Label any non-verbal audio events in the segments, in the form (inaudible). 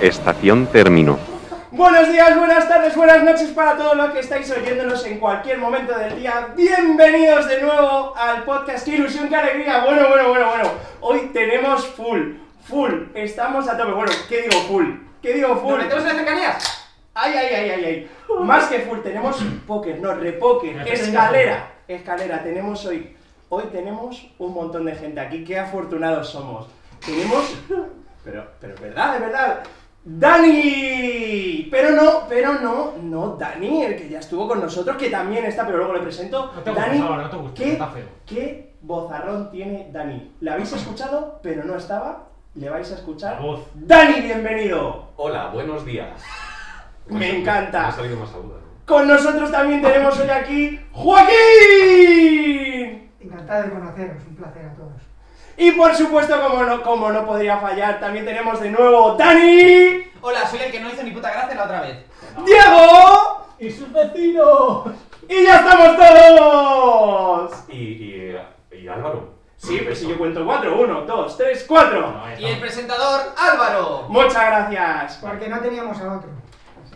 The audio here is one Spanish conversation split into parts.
Estación término. Buenos días, buenas tardes, buenas noches para todos los que estáis oyéndonos en cualquier momento del día. Bienvenidos de nuevo al podcast. ¡Qué ilusión, qué alegría! Bueno, bueno, bueno, bueno. Hoy tenemos full, full. Estamos a tope. Bueno, ¿qué digo full? ¿Qué digo full? metemos en las cercanías? ¡Ay, ay, ay, ay, ay! Más que full, tenemos póker, no, repoker, escalera. Escalera, tenemos hoy. Hoy tenemos un montón de gente aquí. ¡Qué afortunados somos! Tenemos. Pero, pero, es ¿verdad? Es verdad. ¡Dani! Pero no, pero no, no, Dani, el que ya estuvo con nosotros, que también está, pero luego le presento. No te gusta, Dani, Sauron, no te gusta, ¿qué, está feo. ¿qué bozarrón tiene Dani? ¿La habéis escuchado, pero no estaba? ¿Le vais a escuchar? La voz. ¡Dani, bienvenido! Hola, buenos días. Me encanta. Ha salido más aguda. ¿no? Con nosotros también tenemos hoy aquí Joaquín. Encantado de conoceros, un placer a todos. Y por supuesto, como no, como no podría fallar, también tenemos de nuevo Dani, Hola, soy el que no hizo ni puta gracia la otra vez. Diego ¡Y sus vecinos! y ya estamos todos. Y, y, eh, y Álvaro. Sí, pues, pero si yo cuento cuento. cuatro, uno, dos, tres, cuatro. Y el presentador, Álvaro. Muchas gracias. Porque no teníamos a otro.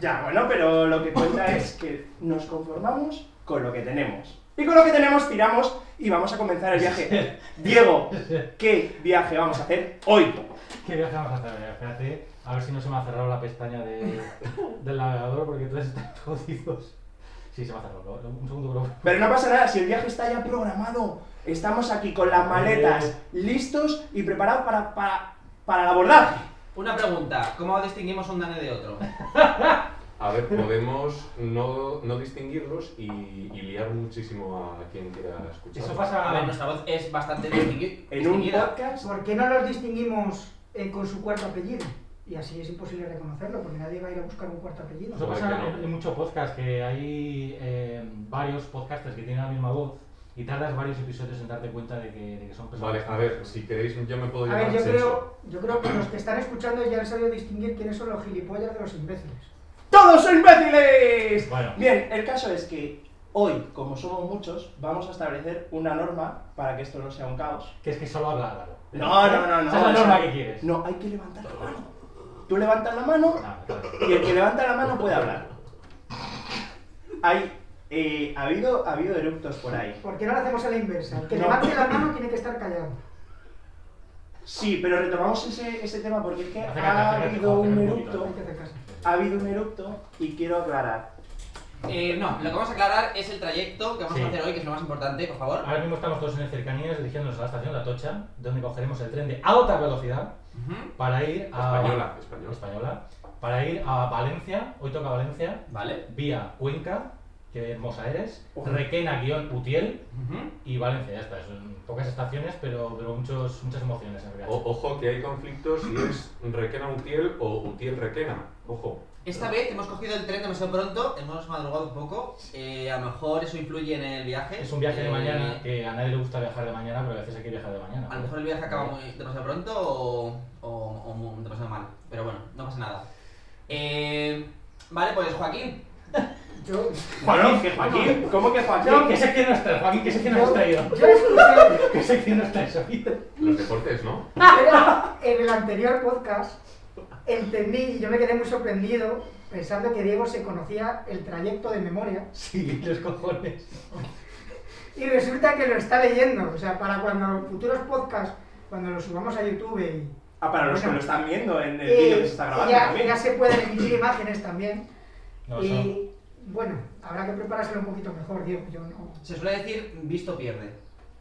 Ya, bueno, pero lo que cuenta es que nos conformamos con lo que tenemos. Y con lo que tenemos tiramos y vamos a comenzar el viaje. Diego, ¿qué viaje vamos a hacer hoy? ¿Qué viaje vamos a hacer? Mira, Espérate, a ver si no se me ha cerrado la pestaña de- (laughs) del navegador porque entonces están (laughs) jodidos. Sí, se me ha cerrado. lo- lo- Un segundo, bro. Pero no pasa nada, si el viaje está ya programado. Estamos aquí con las maletas listos y preparados para, para, para el abordaje. Una pregunta, ¿cómo distinguimos un Dani de otro? A (laughs) ver, podemos no, no distinguirlos y, y liar muchísimo a quien quiera escuchar. Eso A ver, pasa. nuestra voz es bastante distingui- En un distinguida. podcast. ¿Por qué no los distinguimos eh, con su cuarto apellido? Y así es imposible reconocerlo, porque nadie va a ir a buscar un cuarto apellido. Eso Joder, pasa que no. en, en muchos podcasts que hay eh, varios podcasters que tienen la misma voz y tardas varios episodios en darte cuenta de que, de que son personas. Vale, a ver, si queréis, yo me puedo A llamar ver, yo Chencho. creo, yo creo que los que están escuchando ya han sabido distinguir quiénes son los gilipollas de los imbéciles. ¡Todos son imbéciles! Bueno. Bien, el caso es que hoy, como somos muchos, vamos a establecer una norma para que esto no sea un caos. Que es que solo habla Álvaro. No, no, no, no. Esa es la o sea, norma que quieres. No, hay que levantar la mano. Tú levantas la mano Ah, claro. y el que levanta la mano puede hablar. Hay, eh, ha habido, ha habido eructos por ahí. ¿Por qué no lo hacemos a la inversa? El que No. levante la mano tiene que estar callado. Sí, pero retomamos ese, ese tema porque es que Acércate, ha acércate, habido Juan, un que es un poquito, eructo, Hay que hacer caso. ha habido un eructo y quiero aclarar. Eh, no, lo que vamos a aclarar es el trayecto que vamos Sí. a hacer hoy, que es lo más importante, por favor. Ahora mismo estamos todos en cercanías dirigiéndonos a la estación La Tocha, donde cogeremos el tren de alta velocidad Ujú, para ir a. Ah. Española, española. Española. Para ir a Valencia, hoy toca Valencia, Vale. vía Cuenca, que hermosa eres, Ojo. Requena-Utiel Ujú. y Valencia, ya está. Son pocas estaciones, pero, pero muchos, muchas emociones en realidad. O- Oh. ojo, que hay conflictos si es Requena Utiel o Utiel Requena. Ojo. Esta vez hemos cogido el tren demasiado pronto, hemos madrugado un poco. eh, a lo mejor eso influye en el viaje. Es un viaje de Eh, mañana, que a nadie le gusta viajar de mañana, pero a veces hay que viajar de mañana. A lo mejor el viaje acaba muy demasiado pronto o, o, o muy- demasiado mal. Pero bueno, no pasa nada. Eh, vale, pues Joaquín. Yo, Bueno, que Joaquín, ¿cómo que Joaquín? No, ¿qué sección nos traes, Joaquín? ¿Qué sección nos has (laughs) traído? yo escuché ¿Qué sección nos traes hoy? Los deportes, ¿no? Pero en el anterior podcast entendí y yo me quedé muy sorprendido pensando que Diego se conocía el trayecto de memoria Sí, los cojones. y resulta que lo está leyendo. O sea, para cuando futuros podcasts, cuando los subamos a YouTube y, Ah, para los que lo están viendo en el vídeo que se está grabando Eh, ya, también. ya se pueden emitir imágenes también. No, eso no. y bueno, habrá que preparárselo un poquito mejor, Diego. Yo no. Se suele decir visto pierde.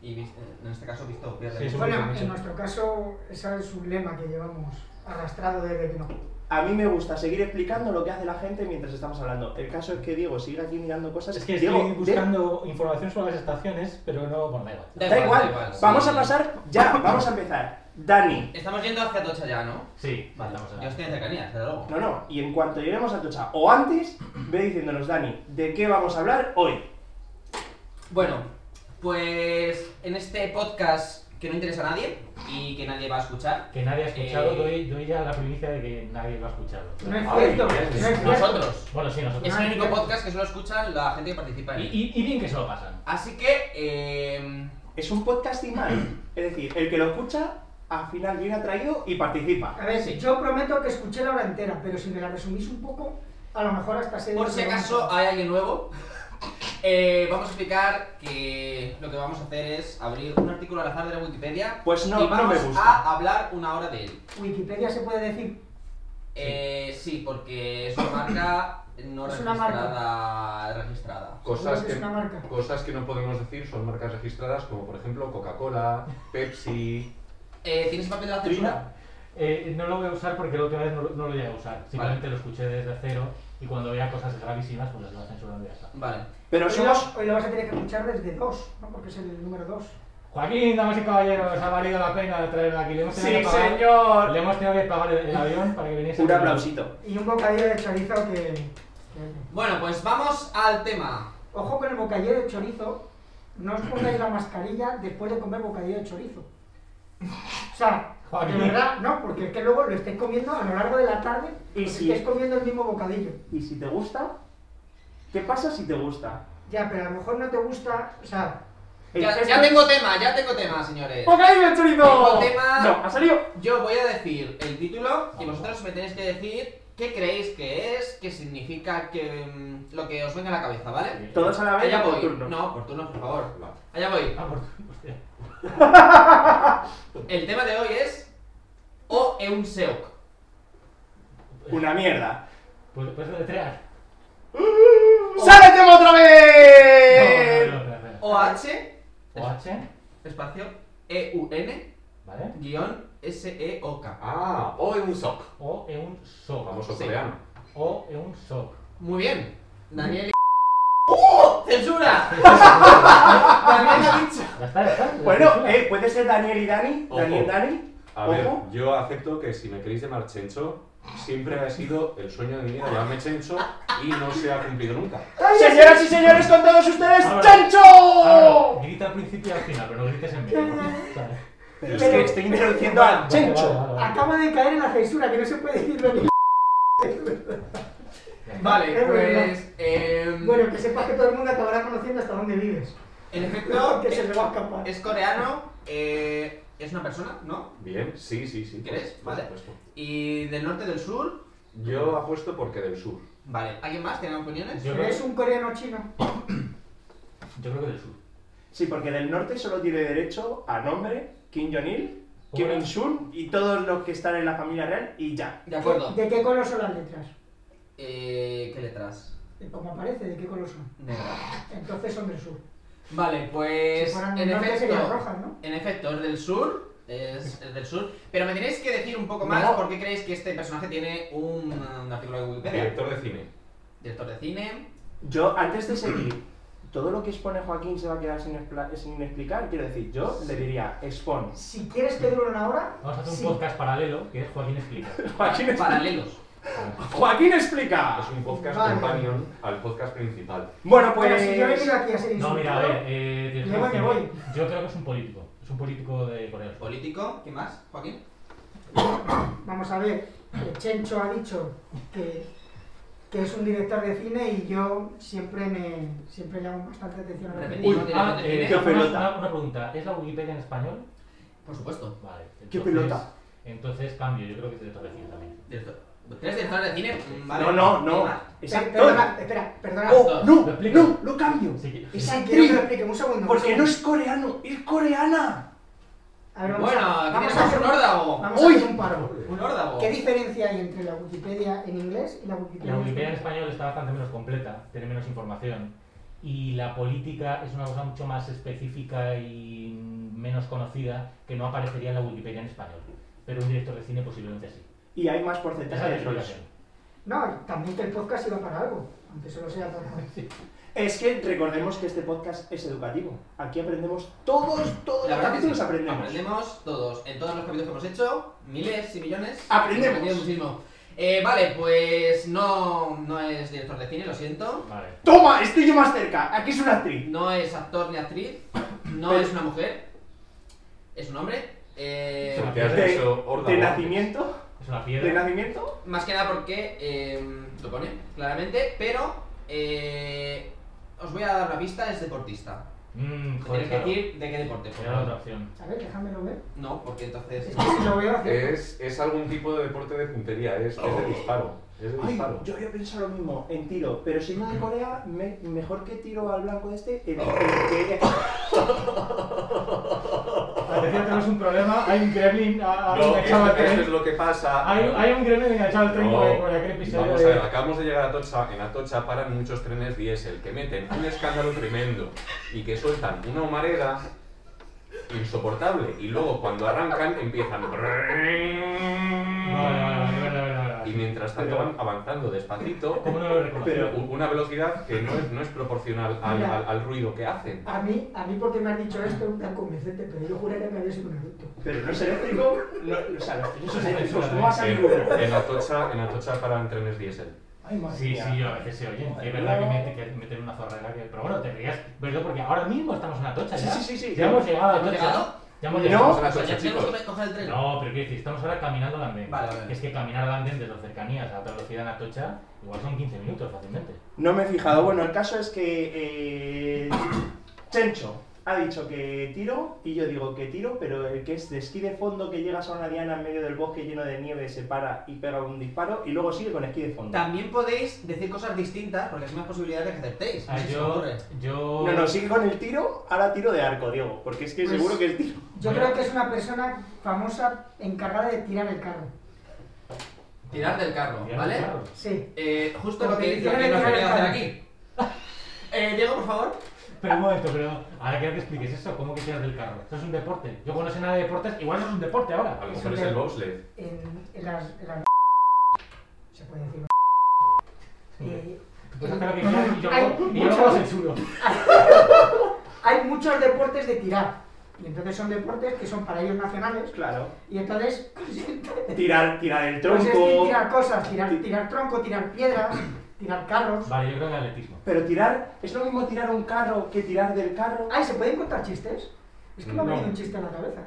Y vis- en este caso visto pierde. Sí, eso- Bueno, mucho. en nuestro caso, ese es un lema que llevamos arrastrado desde que no. A mí me gusta seguir explicando lo que hace la gente mientras estamos hablando. El caso es que Diego sigue aquí mirando cosas. Es que estoy Diego, de- buscando información sobre las estaciones, pero no, bueno, da igual. Da Da igual, da igual, vamos sí. a pasar ya, vamos a empezar. Dani. Estamos yendo hacia Tocha ya, ¿no? Sí, vamos a Yo estoy en cercanías, desde luego. No, no, y en cuanto lleguemos a Tocha o antes, ve diciéndonos, Dani, ¿de qué vamos a hablar hoy? Bueno, pues en este podcast que no interesa a nadie y que nadie va a escuchar, Que nadie ha escuchado, Eh, doy, doy ya la primicia de que nadie lo ha escuchado. No es Ah, Ay, cierto, bien. no es cierto. nosotros. Bueno, sí, nosotros. Es el único podcast que solo escuchan la gente que participa en Y, él. y- y bien que se lo pasan. Así que, eh, (clears throat) Es un podcast imán. Es decir, el que lo escucha al final viene atraído y participa. A ver, Sí. yo prometo que escuché la hora entera, pero si me la resumís un poco, a lo mejor hasta sé... Por si acaso ah. hay alguien nuevo, (laughs) eh, vamos a explicar que lo que vamos a hacer es abrir un artículo al azar de la Wikipedia Pues no, y no vamos me gusta. a hablar una hora de él. Wikipedia se puede decir. Eh, sí, porque es una marca no Es una registrada. registrada. Cosas que que, es una marca. cosas que no podemos decir son marcas registradas, como por ejemplo Coca-Cola, Pepsi. Eh, ¿Tienes papel de la censura? Eh, no lo voy a usar porque la última vez no, lo- no lo llegué a usar. Simplemente lo escuché desde cero y cuando veía cosas gravísimas, pues las iba censurando y ya está. Vale. Pero Hoy lo- somos Hoy lo vas a tener que escuchar desde dos, ¿no? porque es el número dos. Joaquín, damas y caballeros, ha valido la pena de traerla aquí. Le hemos tenido Sí, que pagar, señor. Le hemos tenido que pagar el, el avión para que viniese. un aquí. aplausito. Y un bocadillo de chorizo que... que- Bueno, pues vamos al tema. Ojo con el bocadillo de chorizo. No os pongáis la mascarilla después de comer bocadillo de chorizo. O sea, Joaquín. de verdad, no, porque es que luego lo estáis comiendo a lo largo de la tarde, Y os si- estáis comiendo el mismo bocadillo. Y si te gusta, ¿qué pasa si te gusta? Ya, pero a lo mejor no te gusta, o sea, El Ya, gesto ya es- tengo tema, ya tengo tema, señores. ¡Ok, el chorizo! Tengo tema. No, ha salido. Yo voy a decir el título y vosotros me tenéis que decir qué creéis que es, qué significa, que, mm, lo que os venga a la cabeza, ¿vale? Todos a la vez Allá por Ah, voy. turno. No, por turno, por favor. Va. Allá voy. Ah, por hostia. El tema de hoy es O E Eunseok. Una mierda. Pues, pues deletrear. ¡Sale el tema otra No, vez! no, no, espera, espera. O H O H, espacio E U N ¿vale? guión S E O K. Ah, o en un sock. O en un soc. Famoso Sí. coreano. O en un soc. (laughs) Muy bien. Daniel. ¡Uh! ¡Censura! Daniel ha (laughs) dicho. Ya está, ya está. Bueno, eh, puede ser Daniel y Dani. Ojo. Daniel, Dani. A ver, Ojo. yo acepto que si me queréis llamar Chencho, siempre ha sido el sueño de mi vida llamarme Chencho y no se ha cumplido nunca. Señoras y señores, con todos ustedes, Ahora. ¡Chancho! Ahora, grita al principio y al final, pero no grites en medio. ¿sabes? Pero es que estoy introduciendo al Chencho. Vale, vale, vale. acaba de caer en la censura, que no se puede decir lo que... Vale, Es verdad. pues. em, Bueno, que sepas que todo el mundo acabará conociendo hasta dónde vives. En efecto, (laughs) que se es- me va a escapar. Es coreano, eh, es una persona, ¿no? Bien, sí, sí, sí. ¿Crees? Por Vale. supuesto. Y del norte del sur. Yo apuesto porque del sur. Vale, ¿alguien más tiene opiniones? Yo Pero creo, es un coreano chino. yo creo que del sur. Sí, porque del norte solo tiene derecho a nombre Kim Jong-il, Kim Hola. Il-sung y todos los que están en la familia real y ya. De acuerdo. ¿De qué color son las letras? Eh, ¿Qué letras? Como aparece, ¿de qué color son? Negra. Entonces son del sur. Vale, pues. Si fueran en blancas serían efecto. rojas, ¿no? En efecto, es del sur. Es, es del sur. Pero me tenéis que decir un poco más No. por qué creéis que este personaje tiene un, un artículo de Wikipedia. Director de cine. Director de cine. Yo, antes de seguir, (clears throat) todo lo que expone Joaquín se va a quedar sin, expla- sin explicar. Quiero decir, yo le diría, expone. Si quieres que dure una hora, Vamos a hacer un sí. podcast paralelo que es Joaquín Explica. (laughs) Joaquín, expli- Paralelos. Joaquín explica. Es un podcast Vale. companion al podcast principal. Bueno, Bueno, si yo he pues... venido aquí a ser No, mira, a insultado, ver, eh, director Me voy, de me cine. voy. Yo creo que es un político. Es un político de Corea del Sur. Político. ¿Qué más, Joaquín? Vamos a ver, eh, Chencho ha dicho que, que es un director de cine y yo siempre me siempre llamo bastante atención a lo que Uy, dice. Repetimos, director Ah, de qué eh, cine. una, pelota. una- una pregunta. ¿Es la Wikipedia en español? Por supuesto. Vale. Entonces, ¿Qué pelota? Entonces cambio. Yo creo que es director de cine también. Director. ¿Eres director de cine? Mm, Vale. No, no, ¿Qué no. más? Es Per- actor. Perdona, espera, perdona. Oh, Lo no, explico. no, lo cambio. Sí, que- Es Sí, quiero que actriz. lo expliquen, un segundo. un Porque no segundo. es coreano, es coreana. A ver, vamos Bueno, a- aquí vamos a tenemos hacer un un- órdago. Vamos a Uy. hacer un paro. Un órdago. ¿Qué diferencia hay entre la Wikipedia en inglés y la Wikipedia La en Wikipedia en español? español está bastante menos completa, tiene menos información. Y la política es una cosa mucho más específica y menos conocida que no aparecería en la Wikipedia en español. Pero un director de cine posiblemente sí. Y hay más Esa porcentaje es la de errores. explicación. No, y también que el podcast iba para algo, aunque solo sea para... Es que recordemos que este podcast es educativo. Aquí aprendemos todos, todos La los verdad que capítulos sí. aprendemos. Aprendemos todos, en todos los capítulos que hemos hecho, miles y millones. Aprendemos. Hemos aprendido muchísimo. Eh, vale, pues no, no es director de cine, lo siento. Vale. Toma, estoy yo más cerca. Aquí es una actriz. No es actor ni actriz. No Pero- es una mujer. Es un hombre. Eh, Te has de- hecho órdago De antes. nacimiento, Es una de piedra. nacimiento, más que nada porque eh, lo pone, claramente. Pero eh, os voy a dar una pista, es deportista. Mmm, joder, Tienes que claro. decir de qué deporte. por Era la favor. otra opción. A ver, déjamelo ver. No, porque entonces. Es que si lo veo, hace- Es, es algún tipo de deporte de puntería, es, es Oh. de disparo. Es de Ay, disparo. yo había pensado lo mismo, en tiro, pero si no de Corea, me- mejor que tiro al blanco este, el, el que... Atención, tenemos un problema. Hay un gremlin a- a- No, enganchado al esto, esto tren. es lo que pasa. ¿eh? Hay, hay un gremlin enganchado al tren No, con el- eh, con la creepy historia Vamos a de- ver, acabamos de llegar a Atocha. En Atocha paran muchos trenes diésel que meten un escándalo tremendo y que sueltan una humareda insoportable. Y luego, cuando arrancan, empiezan. Vale, vale, vale, vale, vale, vale, vale. Y mientras tanto van avanzando despacito, ¿Cómo no lo reconozco? pero u- una velocidad que no es, no es proporcional al, Mira. al- al ruido que hacen. a mí, a mí porque me has dicho esto es tan convincente, pero yo juraría que había sido un adulto. Pero no es eléctrico, no, o sea, los trenes son eléctricos, ¿cómo va a salir En, uno? en Atocha, en Atocha paran trenes diésel. Ay, madre Sí, mía. sí, yo a veces se oye. Madre Es verdad que mía. meten que meten una zorrera. Que... Pero bueno, te rías, ¿verdad? Porque ahora mismo estamos en la tocha Sí, ya. sí, sí, sí. Ya hemos llegado a ¿Hemos Atocha. llegado? Ya hemos No. llegado. Vamos a la Pues ya Atocha, tenemos chicos. que coger el tren. No, pero quiero decir, estamos ahora caminando al andén. Vale, vale. Que es que caminar al andén desde cercanías a alta velocidad en Atocha, igual son 15 minutos fácilmente. No me he fijado. Bueno, el caso es que eh, Chencho ha dicho que tiro y yo digo que tiro, pero el que es de esquí de fondo que llegas a una diana en medio del bosque lleno de nieve, se para y pega un disparo y luego sigue con esquí de fondo. También podéis decir cosas distintas porque hay más posibilidades de que acertéis. Ah, No sé si os yo, ocurre. yo... No, no, sigue con el tiro, ahora tiro de arco, Diego, porque es que Pues- seguro que es tiro. (laughs) Yo Mira. creo que es una persona famosa encargada de tirar el carro. Tirar del carro, Tirar ¿vale? del carro. Sí. Eh, justo lo Porque que, lo tirar que el nos carro quería hacer está aquí. Eh, Diego, por favor. Pero un momento, pero ahora quiero que expliques eso, ¿cómo que tiras del carro? Eso es un deporte. Yo cuando no sé nada de deportes, igual eso es un deporte ahora. A lo mejor es el bobsled. En, en las, en las- (laughs) Se puede decir. Eh, Pues hacer lo que quieras y yo, Ay, y yo luego lo censuro. hay muchos deportes de tirar. Y entonces son deportes que son para ellos nacionales. Claro. Y entonces (laughs) Tirar, tirar el Pues es que tronco. tirar cosas, tirar, Ti- tirar tronco, tirar piedras, tirar carros. Vale, yo creo que atletismo. Pero tirar, es lo mismo tirar un carro que tirar del carro. Ay, ¿se pueden contar chistes? Es que me ha No. venido un chiste a la cabeza.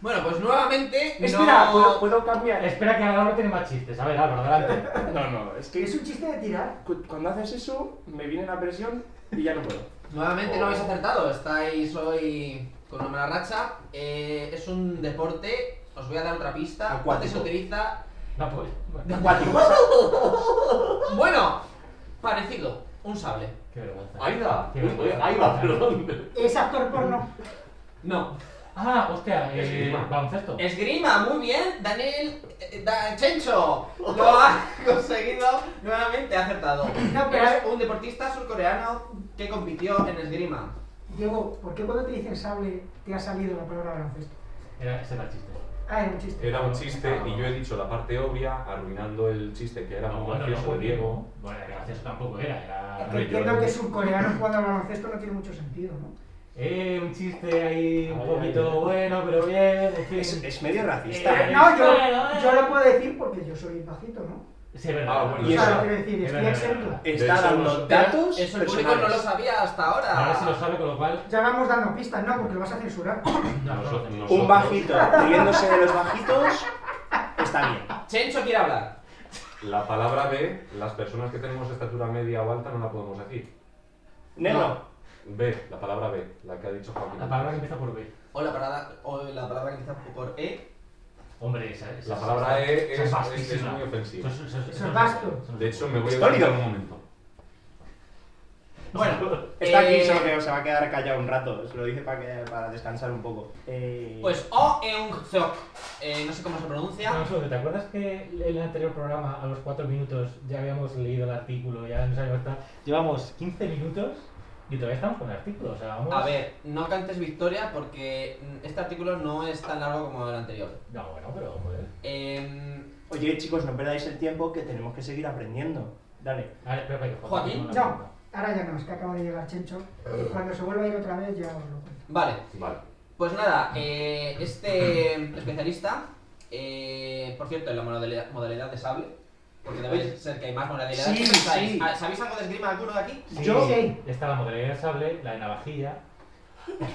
Bueno, pues nuevamente. Espera, pues, no... ¿puedo, puedo cambiar. Espera que Álvaro tiene más chistes. A ver, Álvaro, adelante. No, no, es que Es un chiste de tirar. cu- cuando haces eso me viene la presión y ya no puedo. Nuevamente no Oh. habéis acertado, estáis hoy con una mala racha. Eh, es un deporte, os voy a dar otra pista. Acuático. Antes se utiliza. No, pues... bueno, Acuáticos. (laughs) Bueno, parecido, un sable. Qué vergüenza. ¡Aida! Qué vergüenza. ¡Aida, perdón! Es actor porno. No. Ah, hostia, eh, Esgrima. baloncesto. Esgrima, muy bien, Daniel. eh, da- Chencho lo ha (laughs) conseguido nuevamente, ha acertado. No, pero- es un deportista surcoreano que compitió en esgrima. Diego, ¿por qué cuando te dicen sable te ha salido la palabra baloncesto? Era, ese era el chiste. Ah, era un Eh, chiste. Era un chiste y yo he dicho la parte obvia, arruinando el chiste que era No, muy bueno, no, gracioso de porque- Diego. Bueno, gracioso tampoco era, era... Es Hombre, que yo- entiendo que surcoreanos jugando al baloncesto no tiene mucho sentido, ¿no? Eh, un chiste ahí un Ay, poquito ay, ay. bueno, pero bien, en fin. Es, es medio Eh, racista. ¿eh? No, yo, bueno, bueno. yo lo puedo decir porque yo soy bajito, ¿no? Sí, es verdad. Ah, bueno, O Y sea, eso- quiero decir, es estoy verdad, es exento. verdad. Está De hecho, dando los- datos Eso el público no lo personales. sabía hasta Ah. Ahora se lo ahora. sabe, con lo cual... Ya vamos dando pistas, ¿no? Porque lo vas a censurar. No, no, Nosotros- no. nosotros- Un bajito riéndose de los bajitos está bien. Chencho quiere hablar. La palabra B, las personas que tenemos estatura media o alta no la podemos decir. Negro, B, la palabra B, la que ha dicho Joaquín. La palabra que empieza por B. O la palabra, o la palabra que empieza por E. Hombre, esa, esa- La palabra esa- E esa es- vastísima. es- es muy ofensiva. Eso eso- eso- es eso- vasto. eso- De hecho, me voy a Histórico. en un momento. Bueno, está aquí, eh, solo que se va a quedar callado un rato. Os lo dije para, que, para descansar un poco. Eh, Pues O Eung Seok. Eh, no sé cómo se No, un pronuncia. segundo, ¿Te acuerdas que en el anterior programa, a los 4 minutos, ya habíamos leído el artículo, ya nos habíamos estado- Llevamos 15 minutos y todavía estamos con el artículo, o sea, vamos... A ver, no cantes victoria porque mm, este artículo no es tan largo como el anterior. No, bueno, pero joder. Eh, Oye, chicos, no perdáis el tiempo que tenemos que seguir aprendiendo. Dale. A ver, espera, espera, que Joaquín, tengo una No, pregunta. ahora ya no, es que acaba de llegar Chencho. Y cuando se vuelva a ir otra vez ya os lo cuento. vale, Vale. pues nada, eh, este especialista, eh, por cierto, en la modalidad, modalidad de sable, porque debe ser que hay más modalidades. Sí, ¿Qué pensáis? sí. Ah, ¿Sabéis algo de esgrima alguno de aquí? Sí, Yo- Está la modalidad de sable, la de navajilla,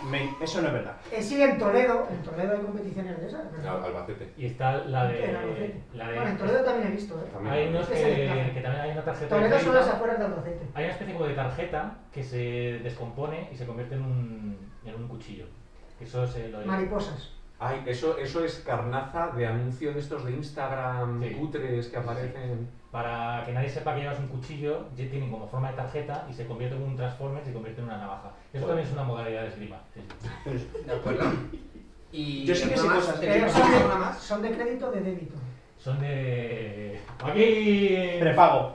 Me- eso no es verdad. Eh, sí, en Toledo, en Toledo hay competiciones de esas, Al- ¿verdad? Albacete. Y está la En de. Albacete. La Bueno, en de Toledo también he visto, ¿eh? También. hay unos que, Es el enlace. que también hay una tarjeta. de Toledo son las crédito. afueras de Albacete. Hay una especie como de tarjeta que se descompone y se convierte en un, en un cuchillo. Que Eso se lo Mariposas. Ay, eso, eso es carnaza de anuncio de estos de Instagram Sí. cutres que aparecen. Para que nadie sepa que llevas un cuchillo, ya tienen como forma de tarjeta y se convierte en un transformer y se convierte en una navaja. Eso también es una modalidad de esgrima. sí, sí. ¿De acuerdo? Y Yo sí que sé ¿alguna más? cosas. (laughs) Pero ¿Tenemos son alguna de, más? son de crédito o de débito. Son de. ¡Aquí! Prepago.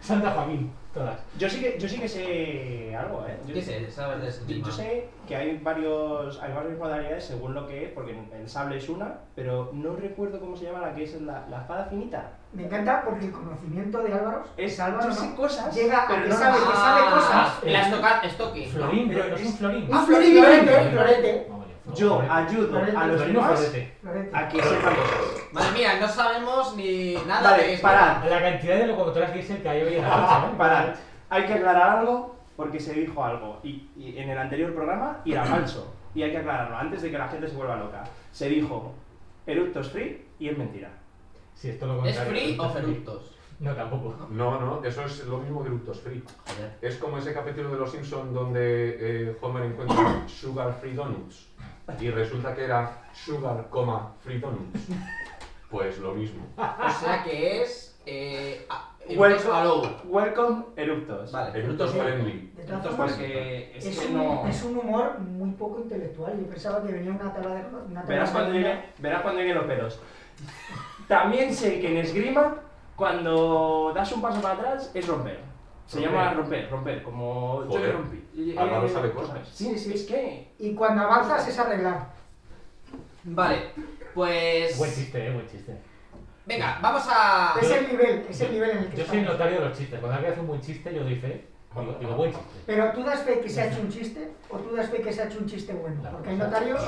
Santa Joaquín, todas. Yo sí que, yo sí que sé algo, ¿eh? Yo, ¿Qué sé? ¿Sabes de ese yo- tema? yo sé que hay varios, hay varias modalidades según lo que es, porque el sable es una, pero no recuerdo cómo se llama la que es la, la espada finita. Me encanta porque el conocimiento de Álvaro Es, Álvaro, yo ¿no? sé cosas, llega a pero que no sabe, las- que sabe cosas. El estoca- estoque. Ah. Florín, pero no es un florín. Un florete, florete, No, oye, flo- Yo florete. ayudo a los Florín o demás florete. florete. a que sepan cosas. Madre mía, no sabemos ni nada Vale, de esto. parad. La cantidad de locomotoras diésel que hay hoy en la noche, ¿no? Parad, hay que aclarar algo porque se dijo algo y, y en el anterior programa y era falso. Y hay que aclararlo antes de que la gente se vuelva loca. Se dijo eructos free y es mentira. Sí, esto lo ¿Es contrario. free o feructos? No, tampoco. No, no, eso es lo mismo que Luctos Free. Joder. Es como ese capítulo de Los Simpsons donde eh, Homer encuentra Sugar Free Donuts y resulta que era Sugar, coma, Free Donuts. Pues lo mismo. O sea que es. Eh, a- Welcome- eructos allow. Welcome eructos. Vale, Eructos Friendly. De todas Eructos formas, Porque eh, pues, es, es que un, no. es un humor muy poco intelectual. Yo pensaba que venía una tabla de. Una tabla Verás de- cuando, lleguen, verás cuando lleguen los pelos. También sé que en esgrima, cuando das un paso para atrás, es romper. Se Romper. llama romper, romper, como yo Joder, que rompí. Álvaro Eh, sabe cosas. Sí, sí, es que. Y cuando avanzas es arreglar. Vale, pues. Buen chiste, eh, buen chiste. Venga, vamos Ah, a. Es el nivel, es el nivel en el que Yo soy estamos. notario de los chistes. Cuando alguien hace un buen chiste, yo doy fe. Digo, digo, buen chiste. Pero tú das fe que se ha hecho un chiste o tú das fe que se ha hecho un chiste bueno. Claro, Porque hay o sea, notarios,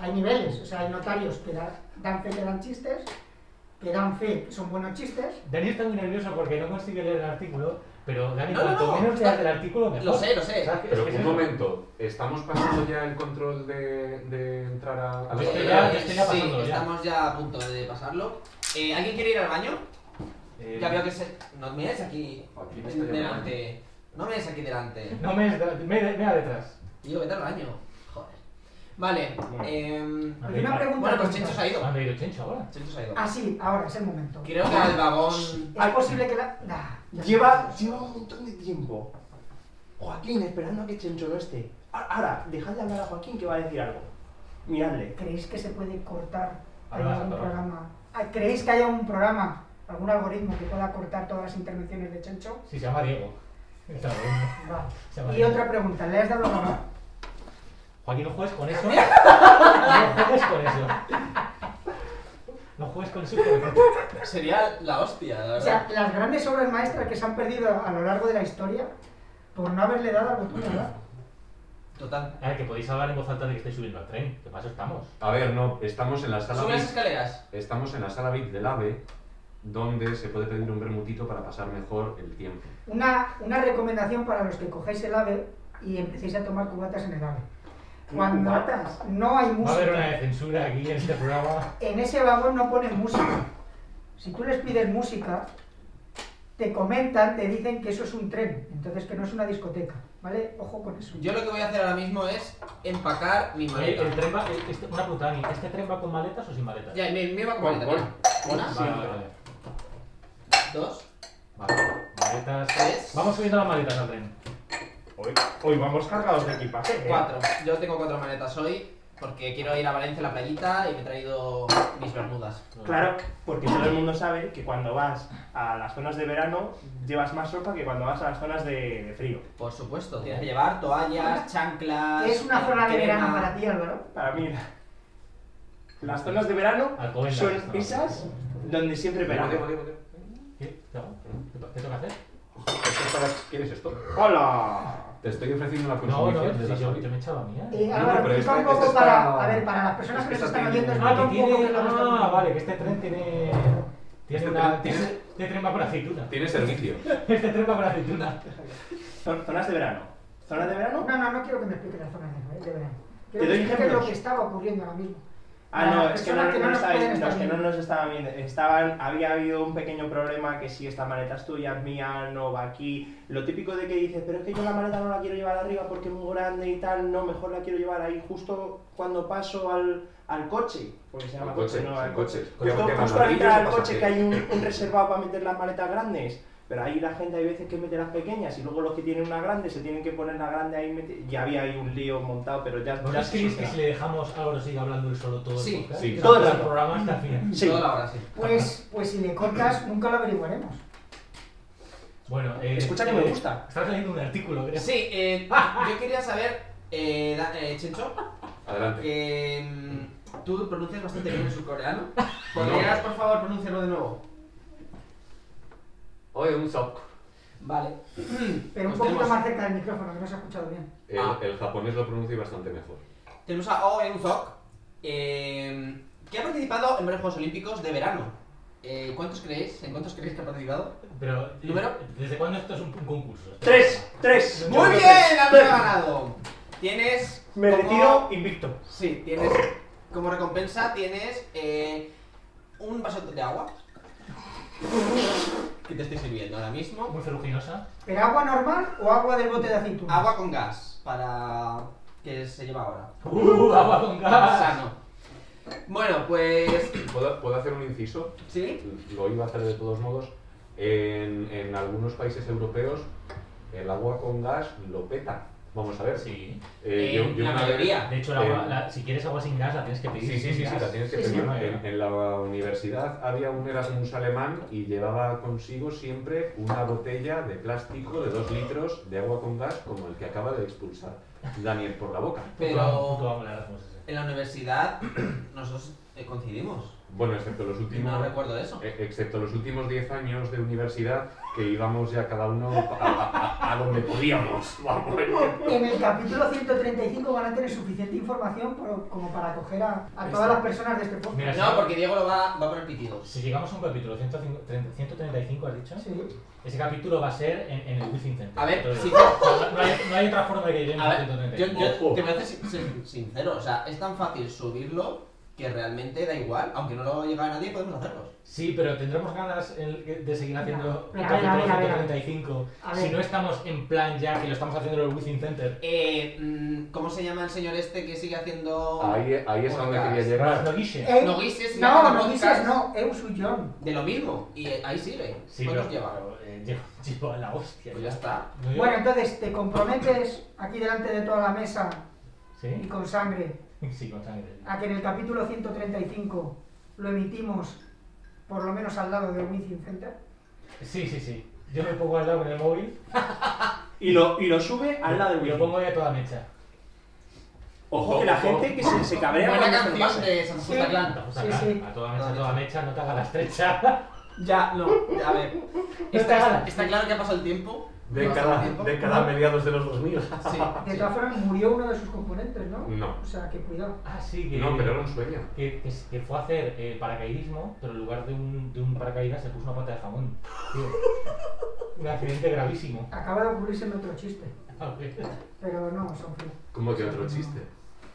hay niveles. O sea, hay notarios que da- dan fe que dan chistes, que dan fe que son buenos chistes. Dani está muy nervioso porque no consigue leer el artículo, pero Dani, No, no, cuanto no. menos leas el artículo, mejor. Lo sé, lo sé. ¿Sabes qué? Pero Es que es un eso. momento, ¿estamos pasando ya el control de, de entrar a, a Yo la estoy Eh, ya- yo estoy ya sí, pasándolo ya. estamos ya a punto de pasarlo. Eh, ¿Alguien quiere ir al baño? Eh, Ya veo que se. No me des aquí Joaquín, está este ya delante. No me des aquí delante. No me, me, me da detrás. Tío, vete al baño. Joder. Vale. Eh, Ah, Hay una vale. pregunta. bueno, pues tonta. Chencho se ha ido. ¿Han leído Chencho ahora? Chencho se ha ido. Ah, sí, ahora es el momento. Creo que al vagón. Es posible que la. Nah, ya Lleva, lleva un montón de tiempo. Joaquín, esperando a que Chencho no esté. A- Ahora, dejad de hablar a Joaquín que va a decir algo. Miradle. ¿Creéis que se puede cortar Ahora vas a algún acabar. programa? Ah, ¿Creéis que haya un programa, algún algoritmo que pueda cortar todas las intervenciones de Chencho? Sí, se llama Diego. Está bueno. Va. Se llama Y Diego. otra pregunta, ¿le has dado la mano? Joaquín, no juegues con (laughs) eso. No juegues con eso. No juegues con eso. porque- Sería la hostia, la O verdad. sea, las grandes obras maestras que se han perdido a lo largo de la historia por no haberle dado al botón, ¿verdad? Total. A ver, que podéis hablar en voz alta de que estáis subiendo al tren. Que paso estamos. A ver, no, estamos en la sala Sube las VIP, escaleras. estamos en la sala VIP del AVE, donde se puede pedir un vermutito para pasar mejor el tiempo. Una, una recomendación para los que cogéis el AVE y empecéis a tomar cubatas en el AVE. Cuando ¿Cubatas? no hay Va a haber una de música, censura aquí en este programa. en ese vagón no ponen música. Si tú les pides música, te comentan, te dicen que eso es un tren, entonces que no es una discoteca, ¿vale? Ojo con eso. Yo lo que voy a hacer ahora mismo es empacar mi Oye, maleta. el tren va. el- este- una pregunta, Dani. ¿Este tren va con maletas o sin maletas? Ya, mi, mi va con maleta. Pon, mira. pon, Una, pon. Vale, vale, vale. dos. Vale, maletas. Tres. Vamos subiendo las maletas al tren. Hoy, hoy vamos cargados de equipaje. ¿eh? Cuatro. Yo tengo cuatro maletas hoy porque quiero ir a Valencia a la playita y me he traído mis bermudas. Claro, porque todo el mundo sabe que cuando vas a las zonas de verano llevas más ropa que cuando vas a las zonas de, de frío. Por supuesto, tienes que llevar toallas, chanclas. Es una zona de crema. verano para ti, Álvaro. Para mí, la- las zonas de verano Alcobendas, son estaba. esas donde siempre Diego, verano. Diego, Diego. ¿Qué? ¿Qué hago? ¿Qué to- ¿Qué toca hacer? ¿Esto es para- ¿Quieres esto? ¡Hola! Te estoy ofreciendo la No, no, consumición Pues de sí, la yo, sala. yo me echaba mía. Eh, No, Álvaro, pero explica este- un poco este está- para, a ver, para las personas que este nos está están oyendo, bien. explica Ah, un que poco tiene. que lo hemos Ah, tenido. vale, que este tren tiene. Tiene Este una. tren Tiene, tiene- (laughs) este tren va con aceituna. Tiene servicio. Este tren va con aceituna. Zon- Zonas de verano. ¿Zona de verano? No, no, no quiero que me explique la zona eh, de de verano. Quiero Te doy que me explique ejemplos. lo que estaba ocurriendo ahora mismo. Ah, no, Las es que no, personas no, que no nos estabais- pueden no, es que no estar nos estaban viendo. Estaban, había habido un pequeño problema que si esta maleta es tuya, es mía, no va aquí. Lo típico de que dices, pero es que yo la maleta no la quiero llevar arriba porque es muy grande y tal, no, mejor la quiero llevar ahí justo cuando paso al, al coche. Porque se llama Al coche, no al al coche. Te Justo, llaman justo al entrar al amarillos o coche que hay un, un reservado para meter las maletas grandes. Pero ahí la gente hay veces que mete las pequeñas y luego los que tienen una grande se tienen que poner la grande ahí. mete- Ya había ahí un lío montado, pero ya... ya ¿Vosotros es creéis que otra. si le dejamos Álvaro siga hablando él solo todo Sí, el podcast? sí. Que Todo el el rato. programa hasta el final. Sí. Toda la hora, sí. Pues, pues si le cortas, nunca lo averiguaremos. Bueno, eh, Escucha que me eh, gusta. Estás leyendo un artículo, creo. Sí, eh, (laughs) yo quería saber, eh, da- eh, Chencho, Adelante. que mm, tú pronuncias bastante bien el (laughs) surcoreano. ¿Podrías, por favor, pronunciarlo de nuevo? Oye, un sock. Vale. Pero un Pues poquito tenemos- más cerca del micrófono, que no se ha escuchado bien. El, Ah. el japonés lo pronuncia bastante mejor. Tenemos a Oh Eun Sok, eh, que ha participado en varios Juegos Olímpicos de verano. Eh, ¿Cuántos creéis? ¿En cuántos creéis que ha participado? Pero, eh, ¿Número? ¿desde cuándo esto es un, un concurso? Tres, tres. ¡Muy Yo- bien! ¡Has ganado! Tienes. Me como- retiro invicto. Sí, tienes. Como recompensa tienes. eh, un vaso de agua. Que te estoy sirviendo ahora mismo. Muy ferruginosa. ¿Pero agua normal o agua del bote de aceituna? Agua con gas. Para. que se lleva ahora. (laughs) ¡Uh, agua con gas! Sano. Bueno, pues. ¿Puedo, puedo hacer un inciso? ¿Sí? Lo iba a hacer de todos modos. En, en algunos países europeos, el agua con gas lo peta. Vamos a ver. Sí. Eh, En la una vez- mayoría. De hecho, el agua, Eh, la- si quieres agua sin gas, la tienes que pedir. Sí, sí, sin sí, sí, gas. la tienes que Sí, sí. pedir. En, en la universidad había un Erasmus alemán y llevaba consigo siempre una botella de plástico de 2 litros de agua con gas como el que acaba de expulsar Daniel por la boca. Puto- puto Pero. amo el Erasmus ese. En la universidad (clears throat) nosotros eh, coincidimos. Bueno, excepto los Y no últimos... recuerdo eso. e- Excepto los últimos 10 años de universidad que íbamos ya cada uno a, a- a- a donde podíamos. Vamos. En el capítulo 135 van a tener suficiente información por- como para acoger a, a todas las personas de este podcast. Mira, No, porque Diego lo va, va a poner pitidos. Si llegamos a un capítulo 135, 135, ¿has dicho? Sí. Ese capítulo va a ser en, en el Wizzing Center. A ver, Entonces, sí. no, no hay, no hay otra forma de que lleguemos A a ver, yo, 135. yo Ojo. te voy a hacer sin- sin- sincero, o sea, es tan fácil subirlo que realmente da igual, aunque no lo llega a nadie, podemos hacerlo. Sí, pero tendremos ganas en- de seguir haciendo el Venga, venga, capítulo venga, venga. 135 A si ver. no estamos en plan ya que lo estamos haciendo en el Wizzing Center. Eh, mm, ¿Cómo se llama el señor este que sigue haciendo... Ahí, ahí es a donde quería llegar. Más no guiche. Eh, No guises, no, mira, no podcast. guises, no, es un suyón. De lo mismo, y eh, ahí sigue. Sí, ¿Cuántos pero, lleva? pero, (laughs) eh, llevo, llevo a la hostia. Pues ya está. No, yo- Bueno, entonces te comprometes aquí delante de toda la mesa y ¿Sí? con sangre Sí, con sangre. a que en el capítulo 135 lo emitimos por lo menos al lado del Wizzing Center. Sí, sí, sí. Yo me pongo al lado con el móvil Y lo, y lo sube al lado del y lo Wii. pongo ya toda mecha. Ojo que la Ojo. gente que se, se cabrea Buena cuando se canción pasa. de San Justa A Clan. toda Sí, mecha, sí. a toda mecha, a toda mecha, no te hagas la (laughs) estrecha. Ya, no, a ver. te Está, hagas. está claro que ha pasado el tiempo. ¿No ha pasado el Década, tiempo? década mediados de los 2000. Sí, De sí. todas formas, murió uno de sus componentes, ¿no? No. O sea, que cuidado. Ah, sí, que. No, pero era un sueño. que, que- que fue a hacer eh, paracaidismo, pero en lugar de un, de un paracaídas se puso una pata de jamón. Tío, (laughs) un accidente gravísimo. Ah, Acaba de ocurrirse en otro chiste, A ver. pero no, son fríos. Como que otro chiste.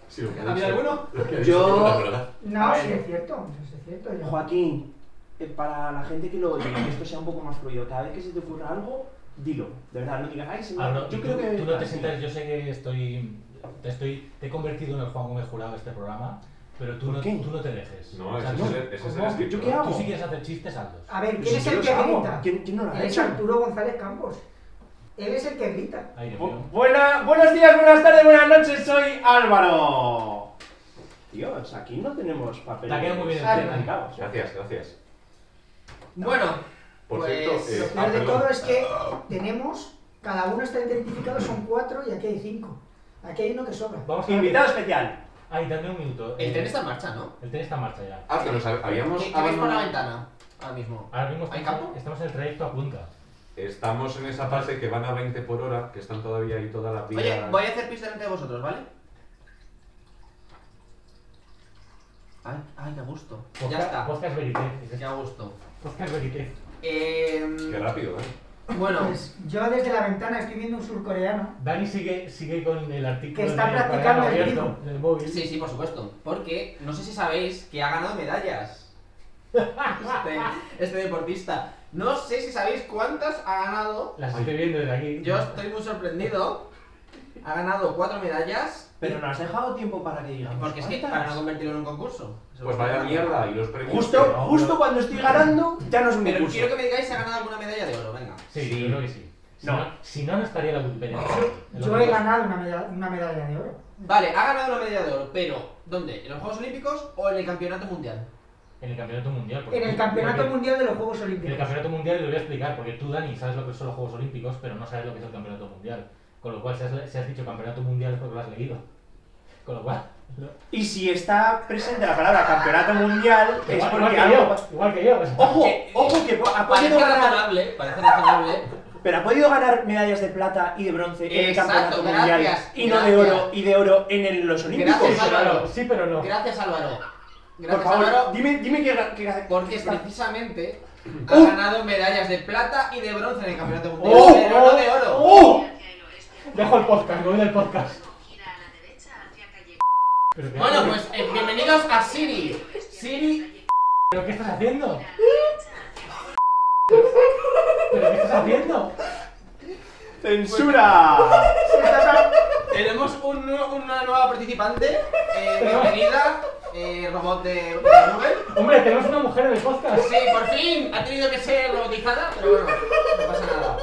Sí, lo que ¿Ha ha dicho- habido alguno? lo que ha dicho Yo- es la verdad. No, A sí ver. es cierto, sí es cierto. ya. Joaquín, eh, para la gente que lo oye, que esto sea un poco más fluido, cada vez que se te ocurra algo, dilo. De verdad, no digas, ay, se me- Álvaro, Yo tú- creo que. Tú Ah, no te así. sientas, yo sé que estoy. Te, estoy, te he convertido en el Juan Gómez Jurado de este programa, pero tú, ¿Por no, qué? tú no te dejes. No, O sea, ese tú, es el, ese es el ¿cómo? escrito. ¿Yo qué hago? tú si quieres hacer chistes, hazlos. A ver, Pero ¿quién si es yo el los que hago. grita? ¿Quién- quién no lo ha Él es hecho? Arturo González Campos. Él es el que grita. Ay, Dios mío. Bu- buena- buenos días, buenas tardes, buenas noches, soy Álvaro. Dios, aquí no tenemos papel. Te ha quedado muy bien el Ah, tema. dedicados. Gracias, gracias. Bueno, Por Pues, cierto, eh, Lo ah, peor de perdón. todo es que tenemos, cada uno está identificado, son cuatro y aquí hay cinco. Aquí hay uno que sobra. Vamos a Invitado especial. Ay, dame un minuto. el Eh, tren está en marcha, ¿no? el tren está en marcha ya. Ah, que nos hab- habíamos ¿Qué, qué veis por la abandonado- ventana ahora mismo? Ahora mismo ¿Hay estamos, campo? estamos en el trayecto a Cuenca. Estamos en esa fase que van a 20 por hora, que están todavía ahí toda la pila. Oye, voy a hacer pis delante de vosotros, ¿vale? Ay, ay, qué gusto. Ya Podcast- está, Podcast Verité. qué gusto. Podcast Verité. Eh, Qué rápido, ¿eh? Bueno, Pues yo desde la ventana estoy viendo un surcoreano. Dani sigue, sigue con el artículo. Que está del programa practicando el abierto grito. en el móvil. sí, sí, por supuesto. Porque no sé si sabéis que ha ganado medallas. Este, este deportista. No sé si sabéis cuántas ha ganado. Las estoy viendo desde aquí. Yo estoy muy sorprendido. Ha ganado cuatro medallas. Pero no has dejado tiempo para que digamos. Porque sí, Ah, pues ¿cuántas? para no convertirlo en un concurso. Pues vaya mierda, y los premios. Justo, que no, justo no. cuando estoy ganando, ya no es mi Pero curso. quiero que me digáis si ha ganado alguna medalla de oro, venga. Sí, Sí. yo creo que sí. Si No. no, si no, no estaría la Wikipedia. Es lo Yo que he pasa. ganado una medalla, una medalla de oro. Vale, ha ganado una medalla de oro, pero ¿dónde? ¿En los Juegos Olímpicos o en el Campeonato Mundial? En el campeonato mundial. porque- En el campeonato porque- mundial de los Juegos En el Olímpicos. campeonato mundial, y lo voy a explicar, porque tú, Dani, sabes lo que son los Juegos Olímpicos, pero no sabes lo que es el campeonato mundial. Con lo cual, si has, si has dicho campeonato mundial es porque lo has leído. Con lo cual, lo- Y si está presente la palabra campeonato mundial, es igual, igual porque que algo. yo, pasa. igual que yo. o sea. Ojo, Que- ojo que po- ha Parece podido ganar, razonable, (laughs) parece razonable. pero ha podido ganar medallas de plata y de bronce en el Exacto, campeonato gracias, mundial y no de gracias. oro y de oro en el- los olímpicos. Sí, Gracias, pero no. Álvaro. Sí, pero no. Gracias Álvaro. Por Gracias favor, Álvaro, dime, dime que, que- porque está- (clears throat) precisamente ha ganado medallas de plata y de bronce en el Campeonato Mundial, ¡Oh! pero no de oro. ¡Oh! Dejo el podcast, me voy del podcast. Gira a la derecha hacia calle. Pero que- Bueno, pues eh, bienvenidos a Siri. Siri, ¿Pero qué estás haciendo? ¿Pero qué estás haciendo? ¡Censura! tenemos un nue- una nueva participante. Eh, bienvenida, eh, robot de, de Google. Hombre, tenemos una mujer en el podcast. Sí, por fin ha tenido que ser robotizada, pero bueno, no pasa nada.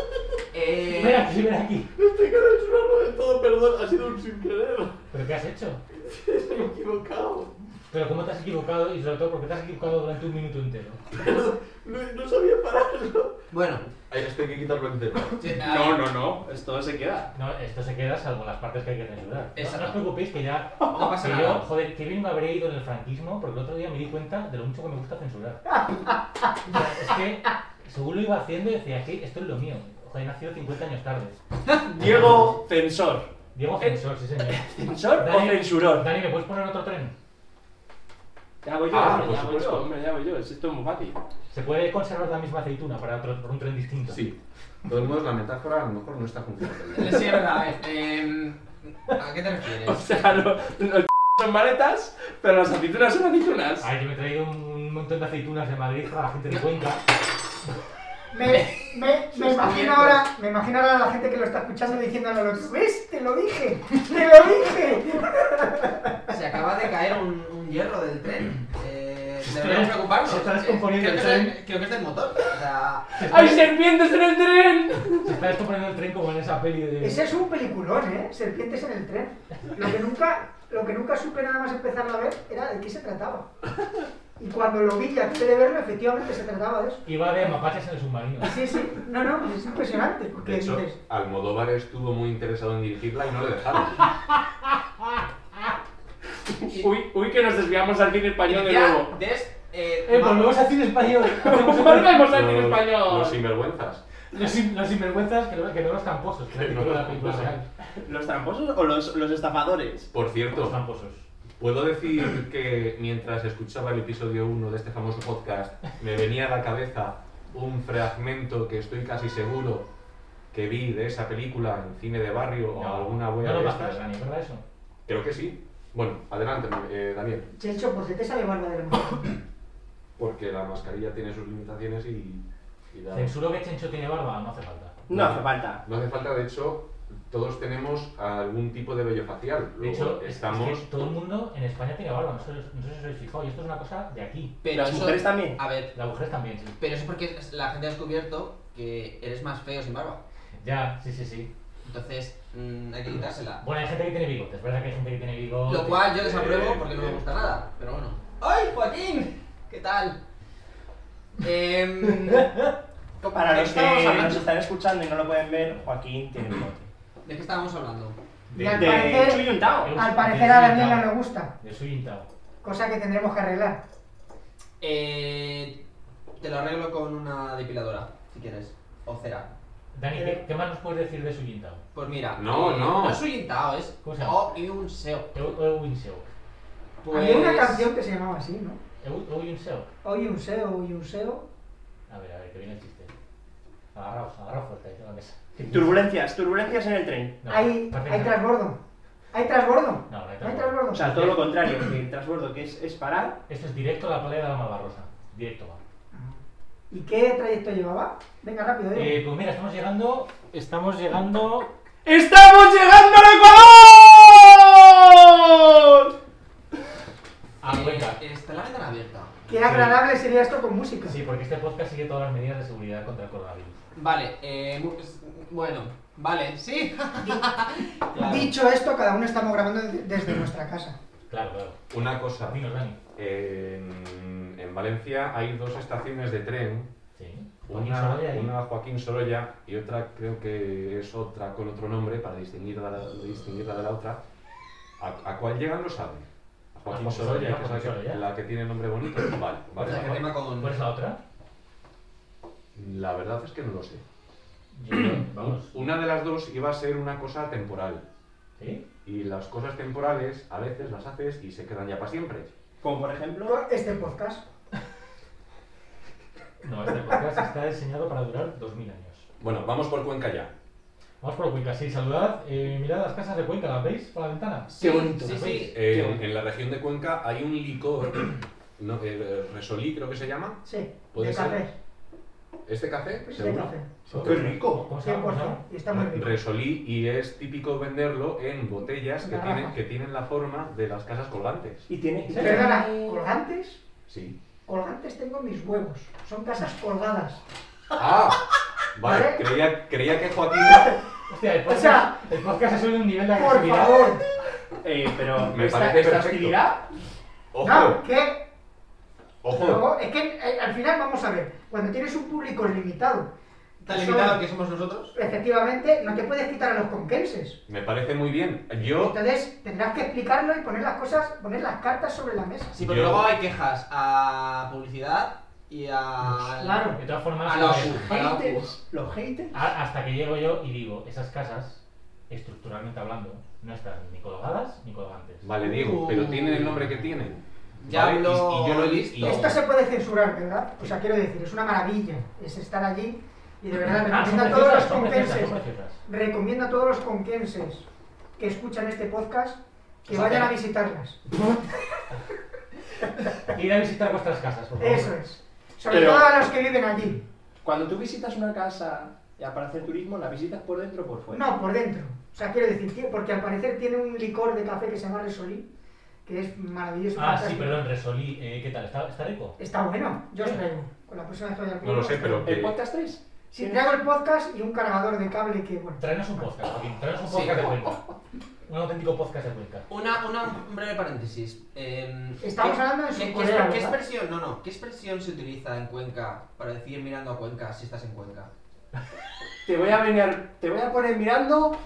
Eh, Ven aquí, ven aquí. Estoy censurando de todo, perdón, ha sido un sin querer. ¿Pero qué has (laughs) hecho? Me he equivocado. ¿Pero cómo te has equivocado? Y sobre todo, porque te has equivocado durante un minuto entero? No, no sabía pararlo. Bueno, eh, Ay, esto hay que quitarlo entero. sí, (laughs) a No, ver, no, no, esto se queda. No, esto se queda salvo las partes que hay que censurar. No, Exacto. no os preocupéis que ya... (laughs) No pasa que nada. yo, joder, qué bien me habré ido en el franquismo, porque el otro día me di cuenta de lo mucho que me gusta (laughs) censurar. O sea, es que, según lo iba haciendo, decía, que esto es lo mío. Joder, he nacido 50 años tarde. Diego, censor. Diego Eh. Censor, sí señor. ¿Censor o censuror? Dani, ¿me puedes poner otro tren? Ya voy yo, Ah, hombre, por ya voy yo, supuesto. hombre, ya voy yo. Esto es muy fácil. (laughs) ¿Se puede conservar la misma aceituna para otro, por un tren distinto? Sí. De todos modos, la metáfora a lo mejor no está funcionando. sí, es verdad. eh, eh, ¿A qué te refieres? O sea, lo- los (laughs) son maletas, pero las aceitunas son aceitunas. Ay, yo me he traído un montón de aceitunas de Madrid para la gente de Cuenca. Me, (laughs) me, me imagino ahora, me imagino ahora a la gente que lo está escuchando diciendo al otro, ¿ves? Te lo dije, te lo dije. Se acaba de caer un, un hierro del tren. Eh, Ostras, deberíamos preocuparnos. se está Eh, descomponiendo creo el que es tren. Creo que es del motor. O sea, ¡Hay serpientes en el tren! Se está descomponiendo el tren como en esa peli de... Ese es un peliculón, ¿eh? Serpientes en el tren. Lo que nunca, lo que nunca supe nada más empezarlo a ver era de qué se trataba. Y cuando lo vi y acabé de verlo, efectivamente se trataba de eso. Iba de mapaches en el submarino. Sí, sí, no, no, es impresionante. Porque De hecho, dices, Almodóvar estuvo muy interesado en dirigirla y no le dejaron. (laughs) Uy, uy, que nos desviamos al cine español de ya nuevo. des- eh, Eh, ma- volvemos a cine (laughs) español. Hacemos un- ¡Volvemos al cine Los- Los español! sinvergüenzas. Los, sin- los sinvergüenzas que no, que no los tramposos, que es el Que no título de la los película tramposos. real. ¿Los tramposos o los, los estafadores? Por Los cierto, tramposos. puedo decir que mientras escuchaba el episodio 1 de este famoso podcast, me venía a la cabeza un fragmento que estoy casi seguro que vi de esa película en cine de barrio o alguna no, wea no de pasa estas. nada, ni ¿verdad eso? Creo que sí. Bueno, adelante, eh, Daniel. Chencho, ¿por qué te sale barba de la mano? Porque la mascarilla tiene sus limitaciones y, y da- ¿Censuro que Chencho tiene barba? No hace falta. No hace falta. No hace falta, de hecho, todos tenemos algún tipo de vello facial. De hecho, Luego es- estamos... es que todo el mundo en España tiene barba, no sé, no sé si os habéis fijado, y esto es una cosa de aquí. pero ¿Las eso- mujeres también? A ver, Las mujeres también, sí. pero eso es porque la gente ha descubierto que eres más feo sin barba. Ya, sí, sí, sí. Entonces, mm, hay que quitársela. Bueno, hay gente que tiene bigotes, es verdad que hay gente que tiene bigotes. Lo cual yo desapruebo porque no me gusta nada, pero bueno. ¡Ay, Joaquín! ¿Qué tal? Em, (laughs) Para los ¿de que qué estábamos nos hablando? están escuchando y no lo pueden ver, Joaquín tiene un bote. ¿De qué estábamos hablando? De- Y al De parecer- Chuyuntao. Al parecer a Daniela le gusta, De su intao. cosa que tendremos que arreglar. Eh, te lo arreglo con una depiladora, si quieres. O cera. Dani, ¿qué, qué más nos puedes decir de su intao? Pues mira. No, eh, no. No es Uyintao, es ¿Cómo se llama? O y un SEO. Pues, eh, Eu un seo. Había una Pues canción que se llamaba así, ¿no? Eu un seo. Hoy un SEO, hoy un SEO. A ver, a ver, que viene el chiste. Agarraos, agarraos fuerte ahí de la mesa. Turbulencias, turbulencias en el tren. No, hay, perfecto. hay transbordo. Hay transbordo. No, no hay No hay transbordo. transbordo. O sea, todo lo contrario, que el transbordo que es, es parar, Esto es directo a la playa de la Malvarrosa. Directo va. ¿Y qué trayecto llevaba? Venga, rápido, digo. Eh, pues mira, estamos llegando. Estamos llegando. ¡Estamos llegando al Ecuador! Ah, Eh, venga. Está la ventana abierta. Qué agradable sería esto con música. Sí, porque este podcast sigue todas las medidas de seguridad contra el coronavirus. Vale, eh, mu- es- bueno, vale, sí. (laughs) Claro. Dicho esto, cada uno estamos grabando de- desde nuestra casa. Claro, claro. Una cosa, Dinos, Dani. en, en Valencia hay dos estaciones de tren, Sí. Joaquín una, Sorolla y- una Joaquín Sorolla y otra creo que es otra con otro nombre para distinguirla, distinguirla de la otra. ¿A, a cuál llegan lo saben? A Joaquín Joaquín Sorolla, Sorolla, que es la Joaquín que, Sorolla. la que tiene nombre bonito. Vale, O sea, vale. que rima con- ¿Cuál es la (clears throat) otra? La verdad es que no lo sé. Yo- Vamos. Una de las dos iba a ser una cosa temporal. ¿Sí? Y las cosas temporales a veces las haces y se quedan ya para siempre. Como por ejemplo, Luego, Este podcast. No, este podcast está diseñado para durar 2000 años. Bueno, vamos por Cuenca ya. Vamos por Cuenca, sí, saludad. Eh, mirad las casas de Cuenca, ¿las veis por la ventana? Sí, bonito, Sí, ¿las sí. veis? Eh, en la región de Cuenca hay un licor, no, eh, Resolí creo que se llama. Sí. ¿Puede de ser? café. ¿Este café? Es de ¿Seguro? café. ¡qué rico! ¿Cómo se llama? ¿Cómo se llama? 100%. Y está muy rico. Resolí y es típico venderlo en botellas que Garrafa. tienen, que tienen la forma de las casas colgantes. Y tiene. Sí. Perdona, colgantes. (laughs) Sí. Colgantes tengo en mis huevos. Son casas colgadas. ¡Ah! Vale, ¿Vale? creía, creía que Joaquín... Hostia, el podcast, O sea, el podcast ha subido un nivel de Por agresividad. favor. Eh, pero Me esta, parece esta perfecto. hostilidad. ¡Ojo! No, ¿qué? ¡Ojo! Luego, es que eh, al final vamos a ver. Cuando tienes un público limitado, Tan limitado que somos nosotros. efectivamente, no te puedes quitar a los conquenses. Me parece muy bien. Yo Entonces, tendrás que explicarlo y poner las cosas, poner las cartas sobre la mesa. Sí, porque Yo- luego hay quejas a publicidad y a. Pues Claro. De todas formas, A la eh, OCU. A la OCU. haters, los haters. a- hasta que llego yo y digo, esas casas, estructuralmente hablando, no están ni colgadas ni colgantes. Vale, Diego, pero tienen el nombre que tienen. Ya Vale, y- lo- y yo lo he lo he visto. visto. Esto se puede censurar, ¿verdad? O sea, quiero decir, es una maravilla. Es estar allí y de verdad Ah, son recomiendo a todos los preciosas, son preciosas, conquenses. son preciosas. Recomiendo a todos los conquenses que escuchan este podcast que Exacto. vayan a visitarlas. Ir a visitar vuestras casas, por favor. Ah, Eso es. Sobre Pero- todo a los que viven allí. Cuando tú visitas una casa y para hacer turismo, la visitas por dentro o por Pues- fuera. No, por dentro. O sea, quiero decir, tío, porque al parecer tiene un licor de café que se llama Resolí, que es maravilloso. Ah, sí, fantástico. perdón, Resolí, eh, ¿qué tal? ¿Está, está rico? Está bueno, yo os traigo. Con la persona que voy al No lo sé, pero ¿El eh, podcast 3? Si traigo el podcast y un cargador de cable que, bueno. Tráenos un podcast, Joaquín, tráenos un Sí. podcast de Cuenca. Un auténtico podcast de Cuenca. Una, una un breve paréntesis. Eh, Estamos ¿qué- hablando de qué- su qué, colega, qué ¿verdad? expresión? No, no. ¿Qué expresión se utiliza en Cuenca para decir mirando a Cuenca si estás en Cuenca? Te voy a venir, te voy a poner mirando,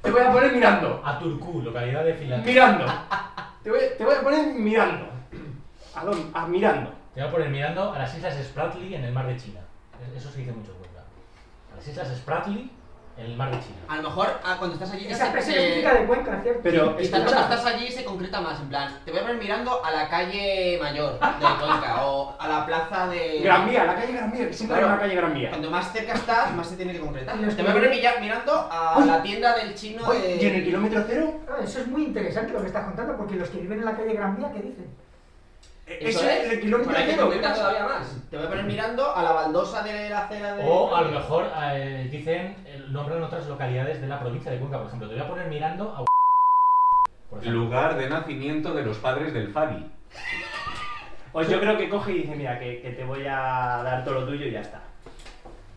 te voy a poner mirando, A Turku, localidad de Finlandia. mirando. Te voy, te voy a poner mirando. ¿A dónde? A mirando. Te voy a poner mirando a las islas Spratly en el mar de China. Es- Eso se dice mucho en Cuenca. A las islas Spratly en el mar de China. A lo mejor ah, cuando estás allí. ya Esa se- expresión eh, es típica de Cuenca, ¿cierto? Pero Y tanto cuando escucha, estás allí se concreta más, en plan, te voy a ver mirando a la calle mayor de (laughs) Cuenca o a la plaza de... Gran Vía, la calle Gran Vía, que siempre hay Eh. Claro. una calle Gran Vía. Cuando más cerca estás, más se tiene que concretar. Y los Te voy a ver milla- mirando a Uy. la tienda del chino Uy, ¿Y en el de... kilómetro cero? Ah, Eso es muy interesante lo que estás contando, porque los que viven en la calle Gran Vía, ¿qué dicen? Eh, Eso Eso es. es el kilómetro Bueno, hay que cero. ¿qué concretar pasa? todavía más. Te voy a ver mirando a la baldosa de la acera de... O a lo mejor eh, dicen, eh, nombran otras localidades de la provincia de Cuenca, por ejemplo. Te voy a poner mirando a. Por Uh. ejemplo. lugar de nacimiento de los padres del Fabi. Pues yo creo que coge y dice, mira, que, que te voy a dar todo lo tuyo y ya está.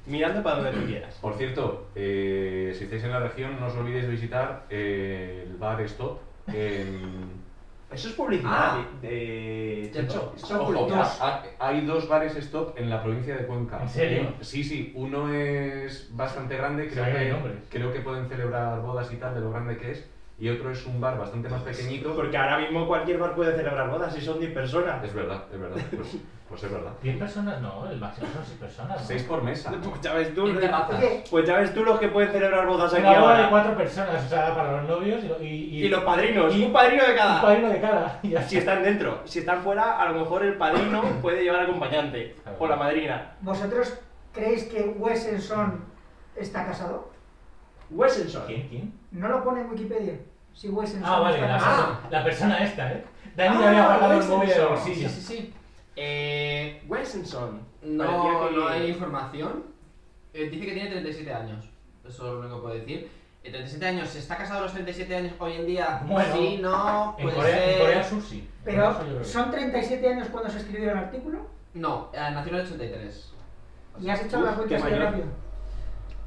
Mirando para donde tú quieras. Por cierto, eh, si estáis en la región, no os olvidéis visitar eh, el bar Stop. en- Eso es publicidad Ah. de, de Checho. Checho. Eso es Ojo, publicidad. ha- hay dos bares Stop en la provincia de Cuenca. ¿En serio? Sí, sí. Uno es bastante grande, Se creo hagan que, nombres. creo que pueden celebrar bodas y tal, de lo grande que es. Y otro es un bar bastante más pequeñito. Porque ahora mismo cualquier bar puede celebrar bodas si son 10 personas. Es verdad, es verdad. Pues, pues es verdad. 10 personas no, el máximo son 6 personas. ¿no? Seis por mesa. (laughs) Pues ya ves tú, En terrazas. Oye, pues ya ves tú los que pueden celebrar bodas aquí Una boda de ahora. 4 personas, o sea, para los novios y, y, Y los padrinos, un padrino de un cada. padrino de cada. (laughs) y ya Si está. están dentro, (laughs) si están fuera, a lo mejor el padrino puede llevar acompañante Claro. o la madrina. vosotros ¿Creéis que Wessenson está casado? Wessenson. ¿Quién? ¿Quién? No lo pone en Wikipedia. Si Wessenson Ah, vale, está la, casado. persona- la persona esta, ¿eh? Dani Ah, le había guardado el Wesson. móvil en el pues Sí, bolsillo. sí, sí. Eh, Wessenson. no, Parecía que- no hay información. Eh, dice que tiene 37 años. Eso es lo único que puedo decir. Eh, 37 años, ¿se está casado a los 37 años hoy en día? Bueno, sí, no, En puede Corea, en ser. Corea Sur sí. En Corea Sur yo creo Pero, que sí. ¿son 37 años cuando se escribió el artículo? No, eh, nació en el 83. ¿Y has hecho Uf, la qué cuenta así mayor. rápido?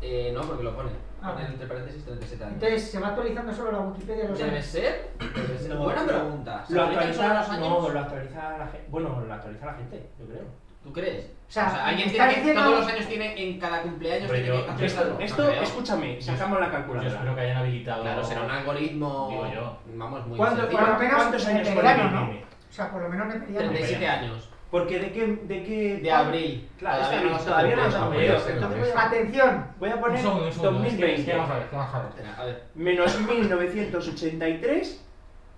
Eh, no, porque lo pone. Ah. Pone entre paréntesis 37 años. Entonces, ¿se va actualizando solo la Wikipedia? Los ¿Debe años? ser? Debe ser. No, Buena no. pregunta. ¿Se Lo actualizan sobre actualiza, los años? no, lo actualiza la gente. Bueno, lo actualiza la gente, yo creo. ¿Tú crees? O sea, alguien ¿me tiene estás que diciendo- todos los años tiene en cada cumpleaños Hombre, tiene yo- que yo actualizarlo. No Esto, creo. escúchame, sacamos la Pues Yo espero calculadora. que hayan habilitado. Claro, será un algoritmo. Digo yo. Vamos, muy ¿Cuánto- sencillo. cuánto- ¿Cuántos años en pone verano, mi no? nene? O sea, por lo menos en mediano. 37 años. Porque de qué. De, qué, De abril. Claro, Todavía está no bien, lo todavía no lo sabemos. sabemos. Podría ser, Entonces podría voy a- Atención, Voy a Un poner segundo, un segundo. Es que, es 2020. que vamos a ver, es que vamos a ver. Espera, a ver. Menos 1983.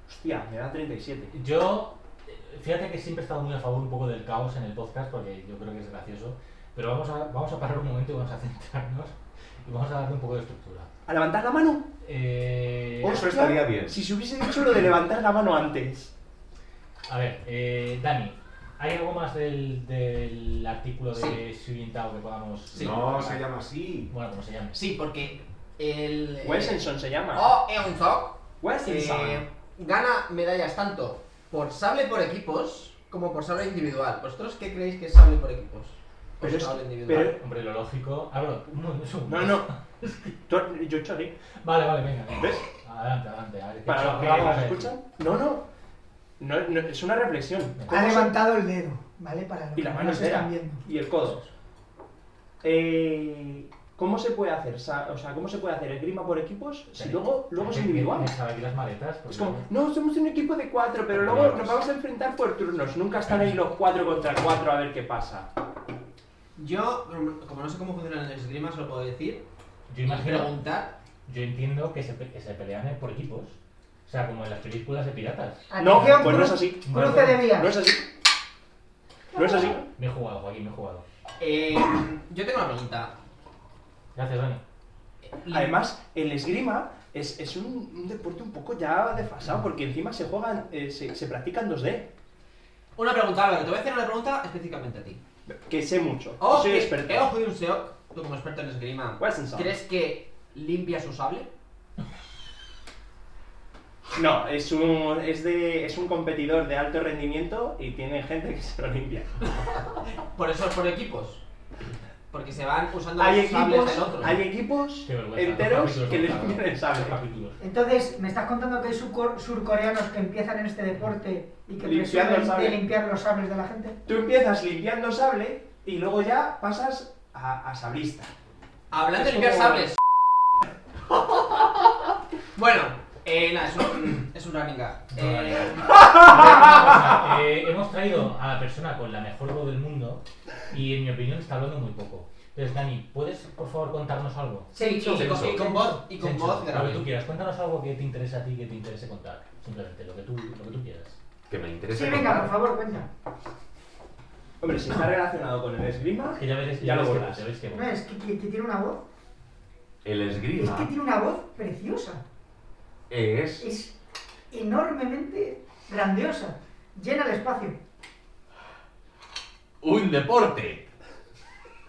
Hostia, me da 37. Yo, eh, fíjate que siempre he estado muy a favor un poco del caos en el podcast porque yo creo que es gracioso, pero vamos a, vamos a parar un momento y vamos a (laughs) centrarnos y vamos a darle un poco de estructura. ¿A levantar la mano? Eh, Eso estaría bien. Si se hubiese dicho lo de levantar la mano antes. a ver, eh, Dani, ¿hay algo más del, del artículo de Xu Tao que podamos... Sí. No se llama así. Bueno, como se llame. Sí, porque el. eh, Wessenson se llama. Oh Eun Sok eh, Wessenson. gana medallas tanto por sable por equipos como por sable individual. ¿Vosotros qué creéis que es sable por equipos? ¿O Pero es- sable individual? Hombre, lo lógico... Álvaro, un, un segundo. No, no. Tú- Yo choré. Vale, vale, venga. venga. ¿Ves? Adelante, adelante. A ver, ¿qué Para los que qué no vas nos a decir? escuchan. No, no. No, no, Es una reflexión. ¿Cómo ha se- levantado el dedo, ¿vale? Para los Y que la no mano nos están entera. viendo. Y el codo. Eh, ¿Cómo se puede hacer? sa- O sea, ¿cómo se puede hacer el grima por equipos si luego, luego es Me- me- individual? me sabe aquí las maletas. porque- Es como, no, somos un equipo de cuatro, pero luego nos vamos a enfrentar por turnos. Nunca están ahí los cuatro contra cuatro a ver qué pasa. Yo, como no sé cómo funcionan los esgrima, solo puedo decir Yo y imagino... preguntar. Yo entiendo que se, pe- que se pelean eh, por equipos. O sea, como en las películas de piratas. Ah. No, Atención, pues no es cru- así. Cruce de vías. No es así. No es así. Me he jugado, Joaquín, me he jugado. Eh, yo tengo una pregunta. Gracias, Dani. Y- Además, el esgrima es, es un, un deporte un poco ya desfasado, porque encima se juegan, eh, se, se practican 2D. Una pregunta, Álvaro, te voy a hacer una pregunta específicamente a ti. Que sé mucho. Oh, soy que- experto. que Ojo y un Seok, tú como experto en esgrima, Wessenson. ¿crees que limpia su sable? No, es un, es, de, es un competidor de alto rendimiento y tiene gente que se lo limpia. Por eso es por equipos. Porque se van usando Hay los sables equipos, del otro. hay equipos Qué vergüenza. enteros dos capítulos que le contados. limpian el sable. Dos capítulos. (laughs) Entonces, me estás contando que hay surcor- surcoreanos que empiezan en este deporte y que Limpiando el presumen sable. de limpiar los sables de la gente. Tú empiezas limpiando sable y luego ya pasas a, a sablista. Hablando de Es limpiar como- sables. bueno, eh, nada, es un, es un running gag. Eh, Eh, hemos traído a la persona con la mejor voz del mundo y, en mi opinión, está hablando muy poco. Entonces, Dani, ¿puedes, por favor, contarnos algo? sí, y, Sencho, y con, y con voz, y con Sencho, voz Lo que tú grave. quieras. Cuéntanos algo que te interese a ti, que te interese contar. Simplemente, lo que tú, lo que tú quieras. Que me interesa. Sí, venga, contar. por favor, cuenta. Hombre, si está relacionado con el esgrima, Que ya ves, Ya lo ves que verás. ya ves que No, es que, que- que tiene una voz. El Es esgrima que tiene una voz preciosa. es. Es enormemente grandiosa. Llena el espacio. un deporte.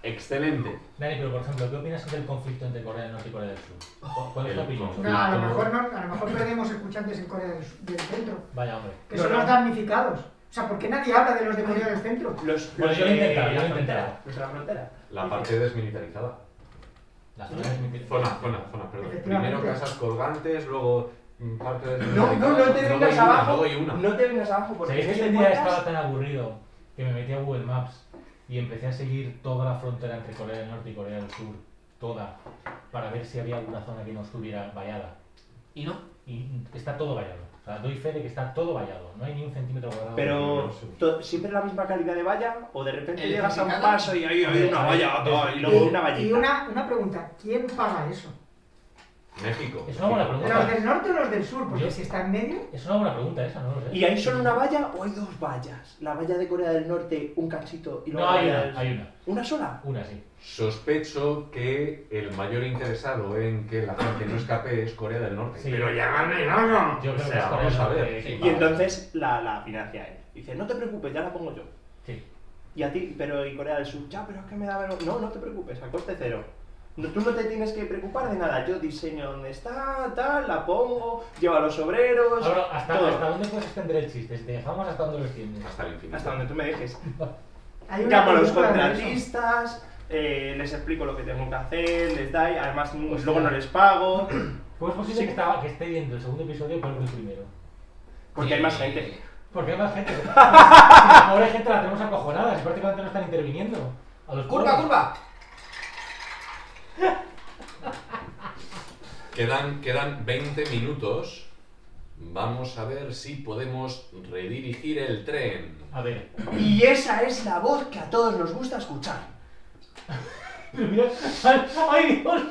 Excelente. Dani, pero por ejemplo, ¿qué opinas del conflicto entre Corea del Norte y Corea del Sur? ¿Cu- ¿Cuál es tu El opinión? conflicto. No, a lo Claro. mejor no, a lo mejor perdemos escuchantes en Corea del, Sur- del Centro, Vaya hombre. que No, son no. los damnificados. O sea, ¿por qué nadie habla de los de Corea del Centro? los, Bueno, los yo lo he de intentado, yo la lo he frontera. intentado. Los de la frontera. La parte desmilitarizada. La zona es muy- Zona, zona, zona, perdón. Efectivamente. Primero casas colgantes, luego mm, parte desmilitarizada. No, no, no te Luego vengas hay una, abajo. luego hay una. No te vengas abajo porque ¿Sabéis en que este un día podcast- estaba tan aburrido que me metí a Google Maps y empecé a seguir toda la frontera entre Corea del Norte y Corea del Sur? Toda. Para ver si había alguna zona que no estuviera vallada. Y no. Y está todo vallado. O sea, doy fe de que está todo vallado. No hay ni un centímetro cuadrado. Pero to- siempre la misma calidad de valla o de repente ¿El llegas a un edificado? paso y ahí hay una valla todo, y luego Y- una y vallita. una, una pregunta, ¿quién paga eso? México. Es una buena pregunta. ¿Los del norte o los del sur? Porque Yo- si está en medio, Es una buena pregunta esa, no lo sé. ¿Y hay solo una valla o hay dos vallas? La valla de Corea del Norte, un cachito y luego No, la hay valla del una, sur. hay una. ¿Una sola? Una sí. Sospecho que el mayor interesado en que la gente no escape es Corea del Norte. Sí. Pero llamarme no, no. Yo creo o que sea, es Corea del vamos a Norte. ver. Sí. Y entonces la, la financia él. Dice, no te preocupes, ya la pongo yo. Sí. Y a ti, pero y Corea del Sur, ya, pero es que me da vergüenza. No, no te preocupes, a coste cero. No, tú no te tienes que preocupar de nada. Yo diseño donde está, tal, la pongo, lleva a los obreros, Ahora, ¿hasta, todo. ¿hasta dónde puedes extender el chiste? Si te dejamos hasta dónde lo extiendes. Hasta el infinito. Hasta donde tú me dejes. hay una. Llamo a los película de eso. contratistas, eh, les explico lo que tengo que hacer, les da, y además mm, Hostia. luego no les pago, ¿Cómo es posible Sí. que, estaba, que esté viendo el segundo episodio pero no el primero? porque hay más gente. Porque hay más gente. (laughs) Si la pobre gente la tenemos acojonada, si prácticamente no están interviniendo. A los ¡Curva, pobres. curva! Quedan, quedan 20 minutos. Vamos a ver si podemos redirigir el tren. A ver. (laughs) Y esa es la voz que a todos nos gusta escuchar. Pero mira. ¡Ay, Dios!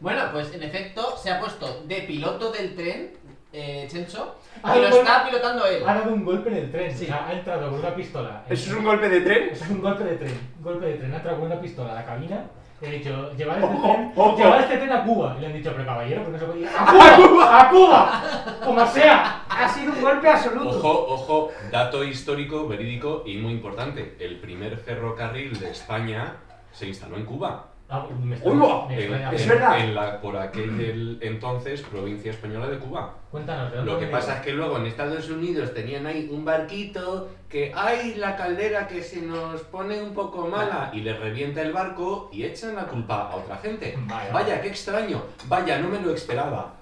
Bueno, pues en efecto se ha puesto de piloto del tren, eh, Chencho, Ah, y lo bueno. está pilotando él. Ha dado un golpe en el tren. Sí. O sea, ha entrado con una pistola. ¿Eso es un golpe de tren? Eso es un golpe de tren. Un golpe de tren. Ha entrado con una pistola a la cabina. Le he dicho, llevar este, Ojo, tren, ojo. llevar este tren a Cuba. Y le han dicho, pero caballero, pues no se puede ir. ¡A Cuba! ¡A Cuba! Como sea. Ha sido un golpe absoluto. Ojo, ojo, dato histórico, verídico y muy importante. El primer ferrocarril de España se instaló en Cuba. Ah, me está- ¡Uy! me En, extraña. Es en- verdad. en la, por aquel del entonces provincia española de Cuba. Cuéntanos, ¿de dónde Lo que viene? pasa es que luego en Estados Unidos tenían ahí un barquito que hay la caldera que se nos pone un poco mala y le revienta el barco y echan la culpa a otra gente. Vaya. Vaya, qué extraño. Vaya, no me lo esperaba.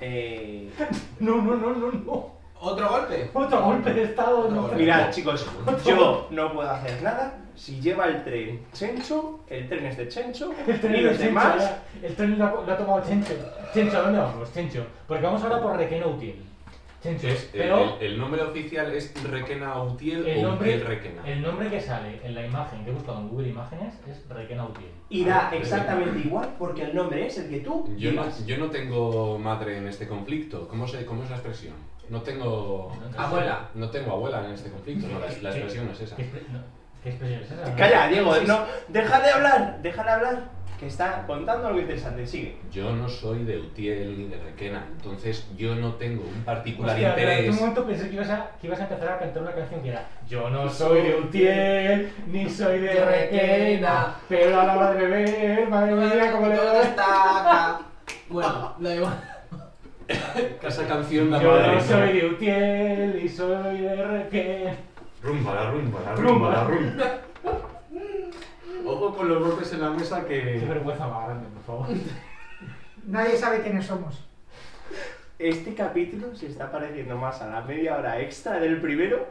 Eh... No, no, no, no, no. Otro golpe. Otro golpe de estado. Otro no. golpe. Mirad, chicos, yo no puedo hacer nada. Si lleva el tren Chencho, el tren es de (laughs) Chencho, El tren y de los Chencho, demás... ya. El tren lo ha, lo ha tomado Chencho. Chencho, ¿a dónde vamos? Chencho. Porque vamos ahora por Requena Utiel. Chencho, Es- el- pero el, el nombre oficial es Requena Utiel el o Utiel nombre, Requena. el nombre que sale en la imagen que he buscado en Google Imágenes es Requena Utiel. Y da exactamente igual porque el nombre es el que tú Ah, Yo no, digas. yo no tengo madre en este conflicto. ¿Cómo, se, cómo es la expresión? No tengo. Abuela. No tengo abuela en este conflicto. No, la, la expresión es esa. ¿Qué, expre- no, ¿qué expresión es Ah. esa? Calla, Diego, no, deja de hablar, deja de hablar, que está contando algo interesante, sigue. Yo no soy de Utiel ni de Requena, entonces yo no tengo un particular Hostia, pero en un interés. momento pensé que ibas, a, que ibas a empezar a cantar una canción que era Yo no soy de Utiel, ni soy de De Requena, Requena. pero a la hora de beber, madre mía, como le Todo doy. está acá. Bueno, da igual. Esa canción la Yo madre. no soy de Utiel, ni soy de Requena. Rumba, la rumba, la Rumba. rumba, la rumba. Ojo con los golpes en la mesa Qué que. vergüenza más grande, por favor. (laughs) Nadie sabe quiénes somos. Este capítulo se está pareciendo más a la media hora extra del primero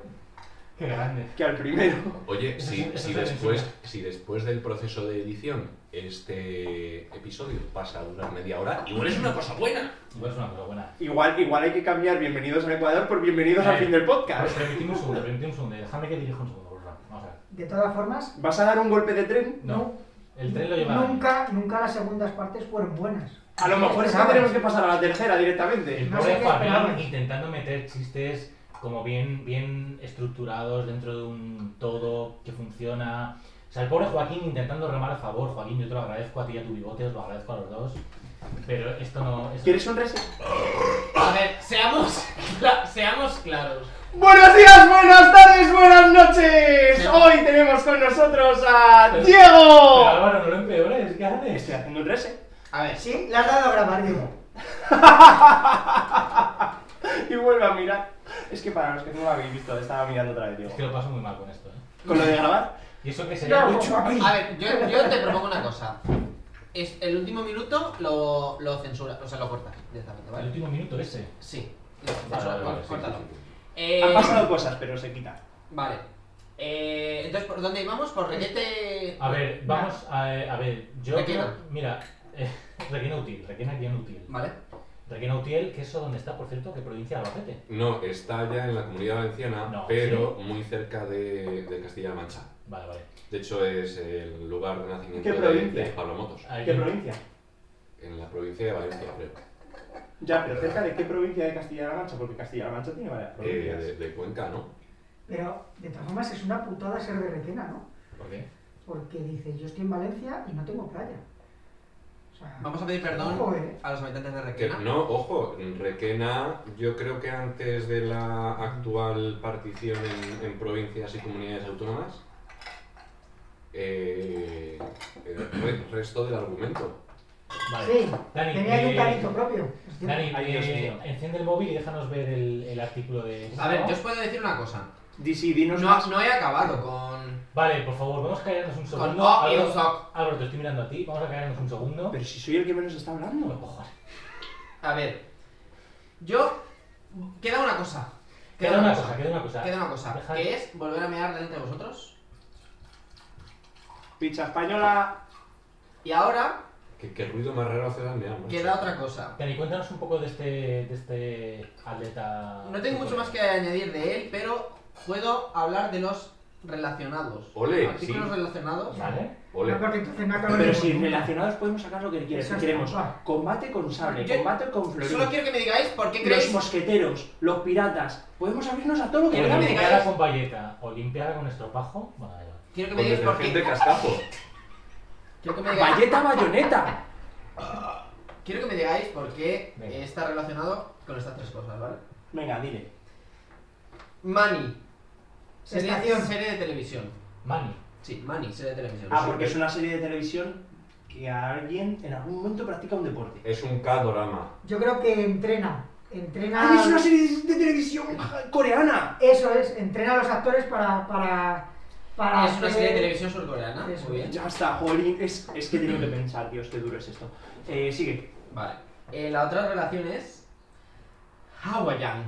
Qué grande. que al primero. Oye, Eso si, es- eso si es después, censura. si después del proceso de edición este episodio pasa a durar media hora, igual es una cosa buena. Igual es una cosa buena. Igual, igual hay que cambiar bienvenidos al Ecuador por bienvenidos al Eh. fin del Pero podcast. permitidme un segundo, permitidme un segundo. Déjame que dirija un segundo, por favor. Vamos a ver. De todas formas, ¿Vas a dar un golpe de tren? No. El tren lo lleva. nunca, nunca las segundas partes fueron buenas. A lo mejor es que tenemos que pasar a la tercera directamente. El no pobre sé qué Fabián esperamos. intentando meter chistes como bien, bien estructurados dentro de un todo que funciona. O sea, el pobre Joaquín intentando remar a favor. Joaquín, yo te lo agradezco a ti y a tu bigote, os lo agradezco a los dos. Pero esto no. esto- ¿Quieres un reset? A ver, seamos, cla- seamos claros. Buenos días, buenas tardes, buenas noches. Hoy tenemos con nosotros a Pero- Pero Diego. Álvaro, no lo empeores, ¿qué haces? Estoy haciendo un reset. A ver, Sí, le has dado a grabar, digo. Y vuelve a mirar. Es que para los que no lo habéis visto, estaba mirando otra vez, Diego. Es que lo paso muy mal con esto, ¿eh? Con lo de grabar. Y eso que sería mucho. a ver, yo, yo te propongo una cosa. Es el último minuto lo, lo censura, o sea, lo cortas directamente, El ¿vale? último minuto ese. Sí, lo Vale, censura, vale, vale, sí, córtalo. sí, sí. Han Eh, pasado cosas, pero se quita. Vale. Eh, entonces, ¿por dónde íbamos? ¿Por requete...? A ver, vamos a, eh, a ver. Yo Requena. creo- Mira, eh, (laughs) Requena Util, Requena Guión Util. Vale. Requena Utiel, que es eso donde está, por cierto, que provincia de Albacete. No, está ya en la comunidad valenciana, No, pero muy cerca de, de Castilla-La Mancha. Vale, vale. De hecho, es el lugar de nacimiento ¿Qué de, provincia? de Pablo Motos. Ahí- ¿Qué provincia? en la provincia de Valencia, creo. Ya, pero cerca de qué provincia de Castilla-La Mancha, porque Castilla-La Mancha tiene varias Eh, provincias. de, de Cuenca, ¿no? Pero, de todas formas, es una putada ser de Requena, ¿no? ¿Por qué? Porque dices, yo estoy en Valencia y no tengo playa. O sea, Vamos a pedir perdón joder. a los habitantes de Que, Requena. no, ojo, Requena, yo creo que antes de la actual partición en, en provincias y comunidades autónomas, eh, el re- resto del argumento. Vale. Sí, Dani, tenía eh, ayuntamiento propio. Hostia. Dani, Ay, Dios eh, mío. enciende el móvil y déjanos ver el, el artículo de. A ver, yo os puedo decir una cosa. Di- sí, dinos No, más. no he acabado con. Vale, por favor, vamos a callarnos un con segundo. O y un Álvaro, Soc. Álvaro, te estoy mirando a ti. Vamos a callarnos un segundo. Pero si soy el que menos está No, hablando. cojones. A ver. Yo. Queda una cosa. Queda una cosa, queda una cosa. Queda una cosa. Deja- Que es volver a mear delante de vosotros. Picha española. Y ahora Que, que ruido más raro hace la mea, macho. queda otra cosa. Dani, cuéntanos un poco de este, de este atleta. No tengo mucho más que añadir de él, pero puedo hablar de los relacionados. Ole, Artículos sí. relacionados. Vale. Ole. No, porque entonces no acabo Pero de- si relacionados podemos sacar lo que quieras. Eso es Queremos trampa. combate con sable, Yo- combate con florines. Solo quiero que me digáis por qué Los creéis. mosqueteros, los piratas. Podemos abrirnos a todo lo que Quiero que me queramos. Olimpiada digáis- con bayeta o limpiada con estropajo. Bueno, da igual. Quiero que me Con digáis por detergente qué. cascajo. Quiero que me digáis, Valleta bayoneta. quiero que me digáis por qué Venga. eh, está relacionado con estas tres cosas, ¿vale? Venga, dile. Mani. Serie, Estación. serie de televisión. Mani. Sí, Mani, serie de televisión. Ah, porque es una serie de televisión que alguien en algún momento practica un deporte. Es un K-dorama. Yo creo que entrena. Entrena. ¡Ay, Ah, es una serie de televisión coreana! Eso es, entrena a los actores para. para, Ah, para Es una hacer- serie de televisión surcoreana. Eso. Muy bien. Ya está, jolín. Es, es que tengo que pensar, Dios, qué duro es esto. Eh, sigue. Vale. Eh, la otra relación es. Hawaiian.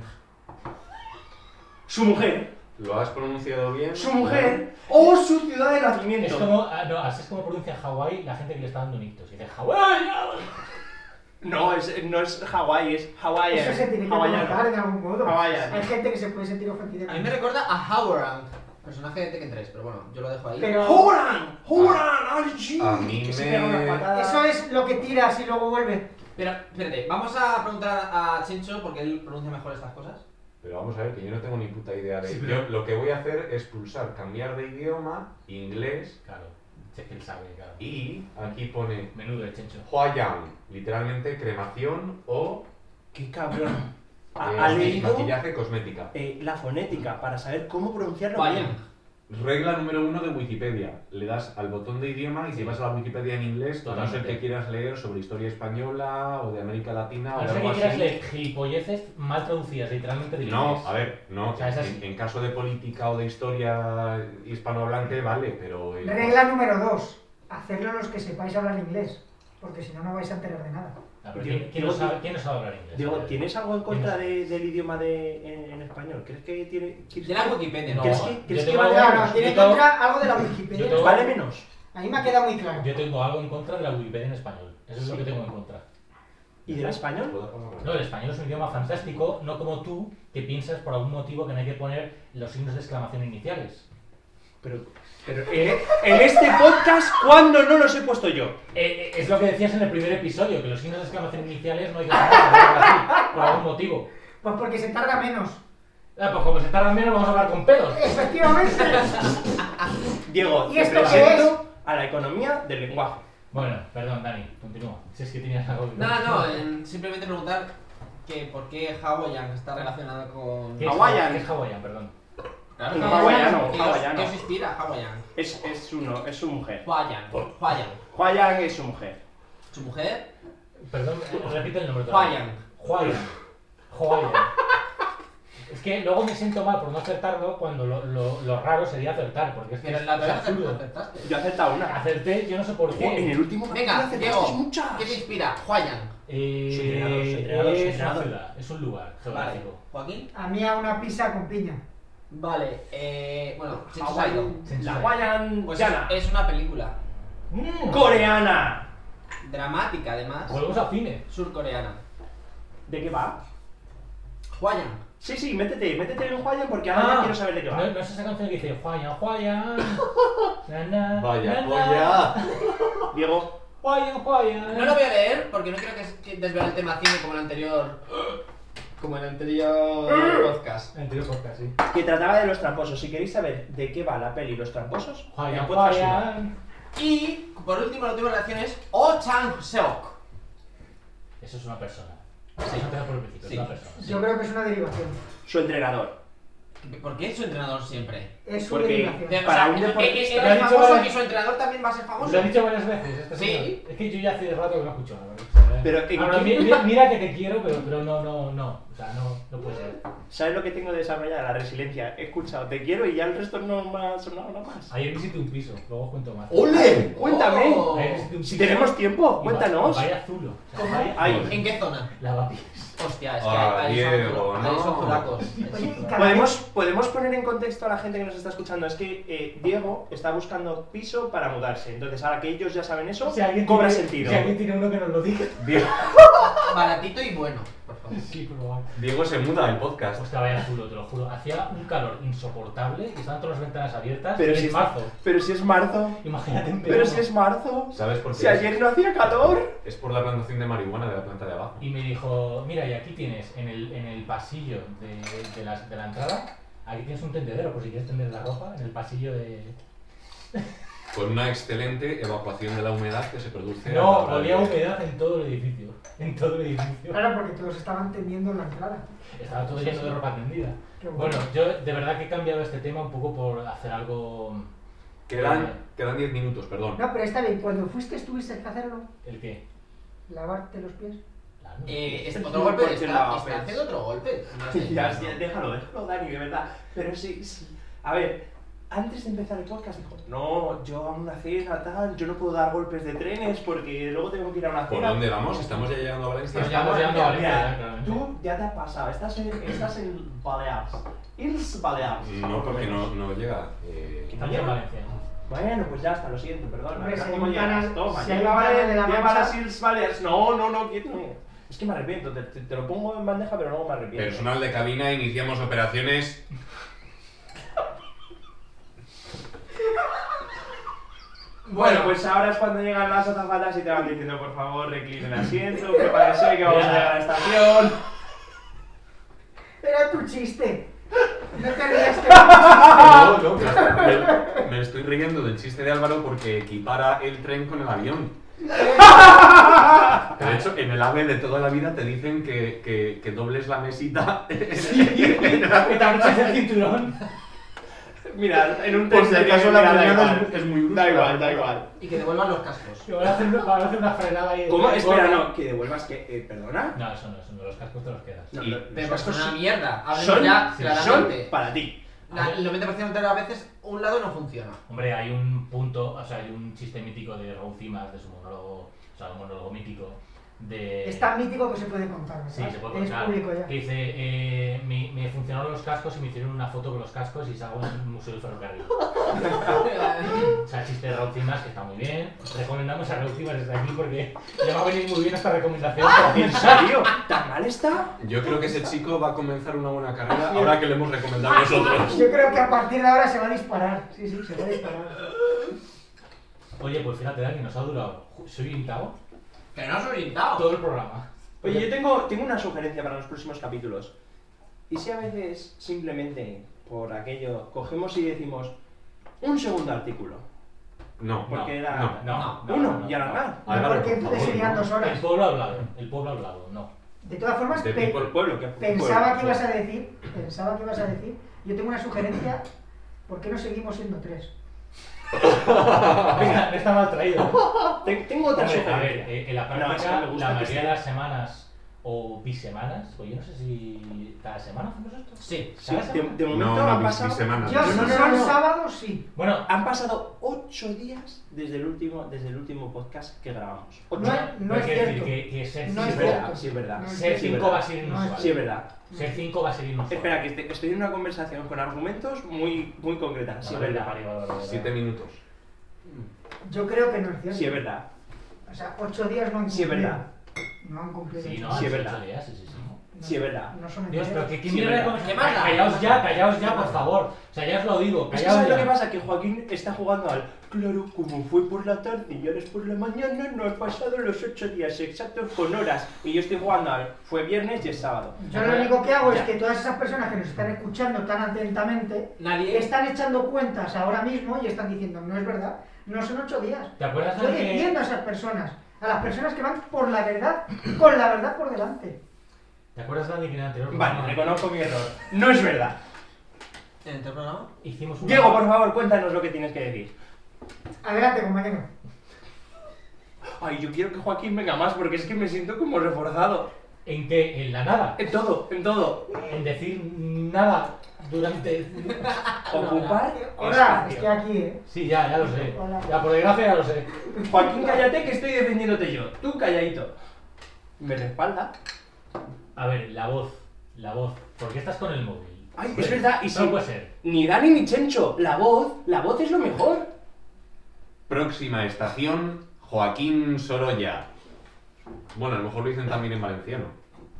Su mujer, ¿Lo has pronunciado bien? su mujer o su ciudad de Es nacimiento. como, ah, no, así es como pronuncia Hawái la gente que le está dando un ictus. Dice Hawái. No, es, no es Hawái, es Eso se tiene Hawaiian. que colocar de algún modo. Hawaiian. Hay gente que se puede sentir ofendida. A mí me recuerda a Howard, personaje de Tekken 3, pero bueno, yo lo dejo ahí. Pero ¡Horan! ¡Horan! ¡RG! Ah. A mí Que se me- pega una patada. eso es lo que tiras y luego vuelve. Pero, espérate, vamos a preguntar a Chencho porque él pronuncia mejor estas cosas. Pero vamos a ver, que yo no tengo ni puta idea de... Sí, pero- Yo lo que voy a hacer es pulsar cambiar de idioma, inglés, Claro, si es que él sabe, claro. y aquí pone Menudo el chencho. Huayang, literalmente cremación o ¡Qué cabrón! Ha, eh, ha leído maquillaje cosmética. eh, la fonética para saber cómo pronunciarlo bien. Hawaiian. Regla número uno de Wikipedia. Le das al botón de idioma y te vas a la Wikipedia en inglés, a no ser Totalmente. que quieras leer sobre historia española o de América Latina Ah, A o no de ser que algo quieras así. leer gilipolleces mal traducidas, literalmente del No, inglés. a ver, no. O sea, es así. En, en caso de política o de historia hispanohablante, vale, pero... eh, Regla número 2. Hacerlo los que sepáis hablar inglés. Porque si no, no vais a enterar de nada. Ah, pero ¿quién, quién no Digo, sabe, quién no sabe hablar inglés? Diego, Joder. ¿tienes algo en contra de- del idioma de, en, en español? ¿Crees que tiene.? ¿crees De la No, Wikipedia, ¿no? ¿Crees que, yo crees que tengo- vale, Claro, yo tiene que tengo- entrar algo de la yo Wikipedia. tengo- vale menos? A mí me ha quedado muy claro. Yo tengo algo en contra de la Wikipedia en español. Eso es lo que tengo en contra. ¿Y del español? puedo apagar. No, el español es un idioma fantástico, no como tú, que piensas por algún motivo que no hay que poner los signos de exclamación iniciales. Pero, pero en, en este podcast, ¿cuándo no los he puesto yo? Eh, eh, es lo que decías en el primer episodio, que los signos de exclamación iniciales no hay que ponerlos así, por algún motivo. Pues porque se tarda menos. Ah, pues como se tardan menos, vamos a hablar con pedos. Efectivamente. Diego, ¿Y te esto qué presento a la economía del lenguaje. Bueno, perdón, Dani, continúa. Si es que tenías algo que Nada, no, em, simplemente preguntar que por qué Hawaiian está relacionada con. ¿Qué es- Hawaiian. qué es Hawaiian, perdón. Claro, Un Hawaiian, hawaiano, ¿qué os- hawaiano. ¿Qué os inspira Hawaiian? Es, es, uno, es su mujer. Hawaiian. Hawaiian. Huayang es su mujer. Su mujer, Perdón, eh, repite el nombre. otra vez. Hawaiian. Hawaiian. Hawaiian. Es que luego me siento mal por no acertarlo cuando lo, lo- lo raro sería acertar, porque es que Pero es en la otra vez absurdo. acertaste. Yo he aceptado una. Acerté, yo no sé por Jo, en qué. el último Venga, capítulo acertaste Diego, muchas. ¿Qué te inspira? Hawaiian. Eh, Su entrenador, su entrenador, su es una entrenador. ciudad, es un lugar Vale. geográfico. ¿Joaquín? A mí a una pizza con piña. Vale, eh. Bueno, Chencho se ha ido. Hawaiian- Sensual. La Hawaiian Pues es, es una película Mm. coreana. dramática, además, Volvemos al cine. surcoreana. ¿De qué va? Hawaiian. Sí, sí, métete, métete en Huayang porque Ah. ahora ya quiero saber de qué va. No, no es esa canción que (laughs) dice Hawaiian, Hawaiian. na, na, Vaya, na, na. polla. Diego, Juayan, Juayan. No lo voy a leer porque no quiero que- que desvele el tema cine como el anterior. Como el anterior podcast. El anterior podcast, sí. que trataba de los tramposos. Si queréis saber de qué va la peli Los tramposos, Juayan, la podcast uno. Juayan. Y por último, la última relación es Oh Chang Seok. Eso es una persona. Sí. Sí. por el principio, Sí. es una persona. Yo creo que es una derivación. su entrenador. ¿Por qué es su entrenador siempre? Es una Porque- O derivación. sea, Para un que- que- que deportista- es Lo ha dicho famoso varias- y su entrenador también va a ser famoso. Lo he dicho varias veces. Este Sí. señor. Es que yo ya hace rato que no escucho la verdad. Pero, ¿en Ahora, qué- mi- mi- mira, que te quiero, pero, pero no, no, no. O sea, no, no puede ser. ¿Sabes lo que tengo desarrollada? La resiliencia. He escuchado, te quiero y ya el resto no me ha sonado nada más. Ayer visité un piso, luego os cuento más. ¡Ole! Cuéntame. Oh. Ayer visité un Si piso tenemos y tiempo, va- cuéntanos. Vaya zulo. O sea, ¿Cómo? vaya Ay, ¿En qué zona? lavapiés. Hostia, es que Ah, ahí, ahí son, Diego, ahí son no. zulacos. Oye, y cada Podemos, podemos poner en contexto a la gente que nos está escuchando. Es que eh, Diego está buscando piso para mudarse. Entonces, ahora que ellos ya saben eso, Si alguien cobra tiene- sentido. Si alguien tiene uno que nos lo diga. (laughs) Diego, Baratito y bueno, por favor. Sí, pero vaya. Diego se muda del podcast. Hostia, vaya zulo, te lo juro. Hacía un calor insoportable, que estaban todas las ventanas abiertas. Pero y si en es- marzo. Pero si es marzo. Imagínate en Pero verano. si es marzo. ¿Sabes por qué? Si ayer no hacía calor. Es por la plantación de marihuana de la planta de abajo. Y me dijo, mira, y aquí tienes, en el, en el pasillo de, de, las- de la entrada, aquí tienes un tendedero, por si quieres tender la ropa, en el pasillo de... Con una excelente evacuación de la humedad que se produce. a la No, hora había de- humedad en todo el edificio, en todo el edificio. Claro, porque todos estaban tendiendo en la entrada. Estaba todo lleno de ropa tendida. Qué Bueno, yo de verdad que he cambiado este tema un poco por hacer algo... Quedan, quedan 10 minutos, perdón. No, pero está bien, cuando fuiste tuviste que hacerlo, ¿El qué? lavarte los pies. La luz. Eh, este Es otro muy golpe, fuerte el está, lavapiés. está haciendo otro golpe. No sé. Ya, ya, déjalo, déjalo, Dani, de verdad. Pero sí, sí. A ver, antes de empezar el podcast dijo, no, yo a una cena tal, yo no puedo dar golpes de trenes porque luego tengo que ir a una ¿Por cena. dónde vamos? Estamos ya llegando a Valencia. Nos estamos llegando a Valencia, ya, Mira, claramente. tú ya te has pasado, estás en, estás en Baleares. Ils Baleares. No, porque no, no llega. eh, Estamos en Valencia. Bueno, pues ya está, lo siento, perdón. Hombre, Acá si hay como un llegas, canal- toma, si hay un lleva- canal de la lleva Mancha- las Ils Baleares. No, no, no, quieto. Es que me arrepiento, te, te- te lo pongo en bandeja, pero luego me arrepiento. Personal de cabina, iniciamos operaciones. Bueno, pues ahora es cuando llegan las azafatas y te van diciendo, por favor, reclinen el asiento, prepárense que vamos a llegar a la estación. Era tu chiste. No te rías que era No, no, me, me estoy riendo del chiste de Álvaro porque equipara el tren con el avión. De hecho, en el AVE de toda la vida te dicen que, que- que dobles la mesita. (laughs) (laughs) Que te abroches el cinturón. Mira, en un Por si test de acaso nivel, la mira, da primera igual. es- es muy brusca. Da igual, da igual. Y que devuelvan los cascos. Que van a hacer, van a hacer una frenada ahí. ¿Cómo? Espera, no, que devuelvas que. eh, ¿Perdona? No, eso no, eso no, los cascos te los quedas. No, Y- lo- los Pero es cascos una mierda. Hablemos son, ya sí, son claramente. para ti. La- el 90% de las veces un lado no funciona. Hombre, hay un punto, o sea, hay un chiste mítico de Raúl Cimas, de su monólogo, o sea, un monólogo mítico, de... Es tan mítico que se puede contar, ¿verdad? Sí, se puede Es contar. público ya. Que dice, eh, me, me funcionaron los cascos y me hicieron una foto con los cascos y salgo en un museo del ferrocarril. (laughs) O sea, el chiste de Raúl Cimas, que está muy bien. Recomendamos a Raúl Cimas desde aquí porque le va a venir muy bien esta (laughs) recomendación. ¿En serio? ¿Tan mal está? Yo creo que ese chico va a comenzar una buena carrera ahora que le hemos recomendado nosotros. Yo creo que a partir de ahora se va a disparar. Sí, sí, se va a disparar. Oye, pues fíjate, Dani, nos ha durado, ju- soy invitado, Que no has orientado. todo el programa. Oye, yo tengo, tengo una sugerencia para los próximos capítulos. ¿Y si a veces simplemente por aquello cogemos y decimos un segundo artículo? No, Porque no, era- no. no, no, Uno, no, y no. alargar. No, Álvaro, porque por te favor, serían no. dos El horas. pueblo hablado, el pueblo hablado, no. De todas formas, De pe- people. El pueblo, que fue un pensaba pueblo. que ibas a decir, pensaba que ibas a decir, yo tengo una sugerencia, ¿por qué no seguimos siendo tres? Ah, Venga, no está mal (laughs) traído. Te- Tengo otra Hombre, a sugerencia. ver, eh, en la No, es que práctica, me gusta la que mayoría esté. de las semanas o bisemanas, pues yo no sé si cada semana hacemos esto. Sí. Sí, ¿Cada de, semana? de No, momento no, han mis- mis pasado. semanas. Yo Ah, no, si no, no, son no. sábados, sí. Bueno, Han pasado ocho días desde el último, desde el último podcast que grabamos. Ocho. No, no es hay que decir cierto. que, que ser No 5 es sí, es verdad, sí, es verdad. No es ser Sí, es cinco va a verdad. ser No es inusual. Sí, es verdad. Ser 5 va a ser inusual. Espera, que este- estoy en una conversación con argumentos muy, muy concreta. Sí, es verdad. Siete minutos. Yo creo que no es cierto. Sí, es verdad. O sea, ocho días no han cumplido. Sí, es verdad. No han cumplido. Sí, ocho no, Sí, es sí, verdad. días, sí, sí, sí. días. Sí, es verdad. No son Dios, enteros. pero que qué Sí, mierda de verdad. conversación. ¿Qué más da? Callaos ya, callaos ya, por favor. O sea, ya os lo digo, Es que callaos ¿sabes lo que ya. pasa? Que Joaquín está jugando al... Claro, como fue por la tarde y ahora es por la mañana, no han pasado los ocho días exactos con horas. Y yo estoy jugando al... Fue viernes y es sábado. Yo lo único que hago es Ya. que todas esas personas que nos están escuchando tan atentamente Nadie. están echando cuentas ahora mismo y están diciendo, no es verdad, no son ocho días. ¿Te acuerdas Yo de que, defiendo a esas personas, a las personas que van por la verdad, con la verdad por delante. ¿te acuerdas Dani, que en el anterior Vale, programa reconozco mi error. No es verdad. ¿En el programa? hicimos una- Diego, por favor, cuéntanos lo que tienes que decir. Adelante, compañero. Ay, yo quiero que Joaquín venga más porque es que me siento como reforzado. ¿En qué? En la nada. En todo, en todo. En decir nada durante. Ah, Ocupar Hola, estoy espacio. aquí, ¿eh? Sí, ya, ya lo sé. Hola. Ya, por desgracia ya lo sé. Joaquín, cállate que estoy defendiéndote yo. Tú calladito. Me respalda. A ver, la voz. La voz. ¿Por qué estás con el móvil? Ay, es verdad, y no si- puede ser. Ni Dani ni Chencho. La voz, la voz es lo mejor. Próxima estación, Joaquín Sorolla. Bueno, a lo mejor lo dicen también en valenciano.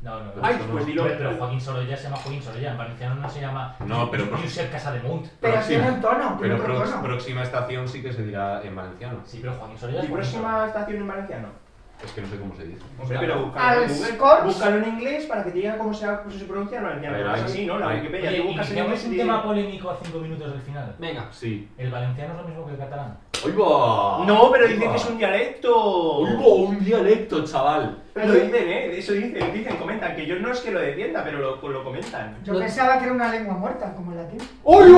No, no, no. Ay, pues dilo. Hombre, pero Joaquín Sorolla se llama Joaquín Sorolla. En valenciano no se llama. No, pero- Josep Casademunt. Pero Próxima. tiene un tono, tiene Pero otro prox- tono. próxima estación sí que se dirá en valenciano. Sí, pero Joaquín Sorolla Mi es Joaquín próxima Sorolla. estación en valenciano. Es que no sé cómo se dice. Hombre, pero Al búscalo en Google. Scorch. Búscalo en inglés para que te diga cómo se, cómo se pronuncia en valenciano. Pero Pero es hay- así, ¿no? La hay- Wikipedia. Oye, Tú y buscas en tenemos inglés y un te tema dice- polémico a cinco minutos del final. Venga. Sí. ¿El valenciano es lo mismo que el catalán? ¡Ahí va! No, pero dicen ¡Ahí va! que es un dialecto. ¡Ahí va! ¡Un dialecto, chaval! Lo dicen, ¿eh? Eso dicen, dicen, comentan. Que yo no es que lo defienda, pero lo, lo comentan. Yo pensaba que era una lengua muerta, como el latín. ¡Uy,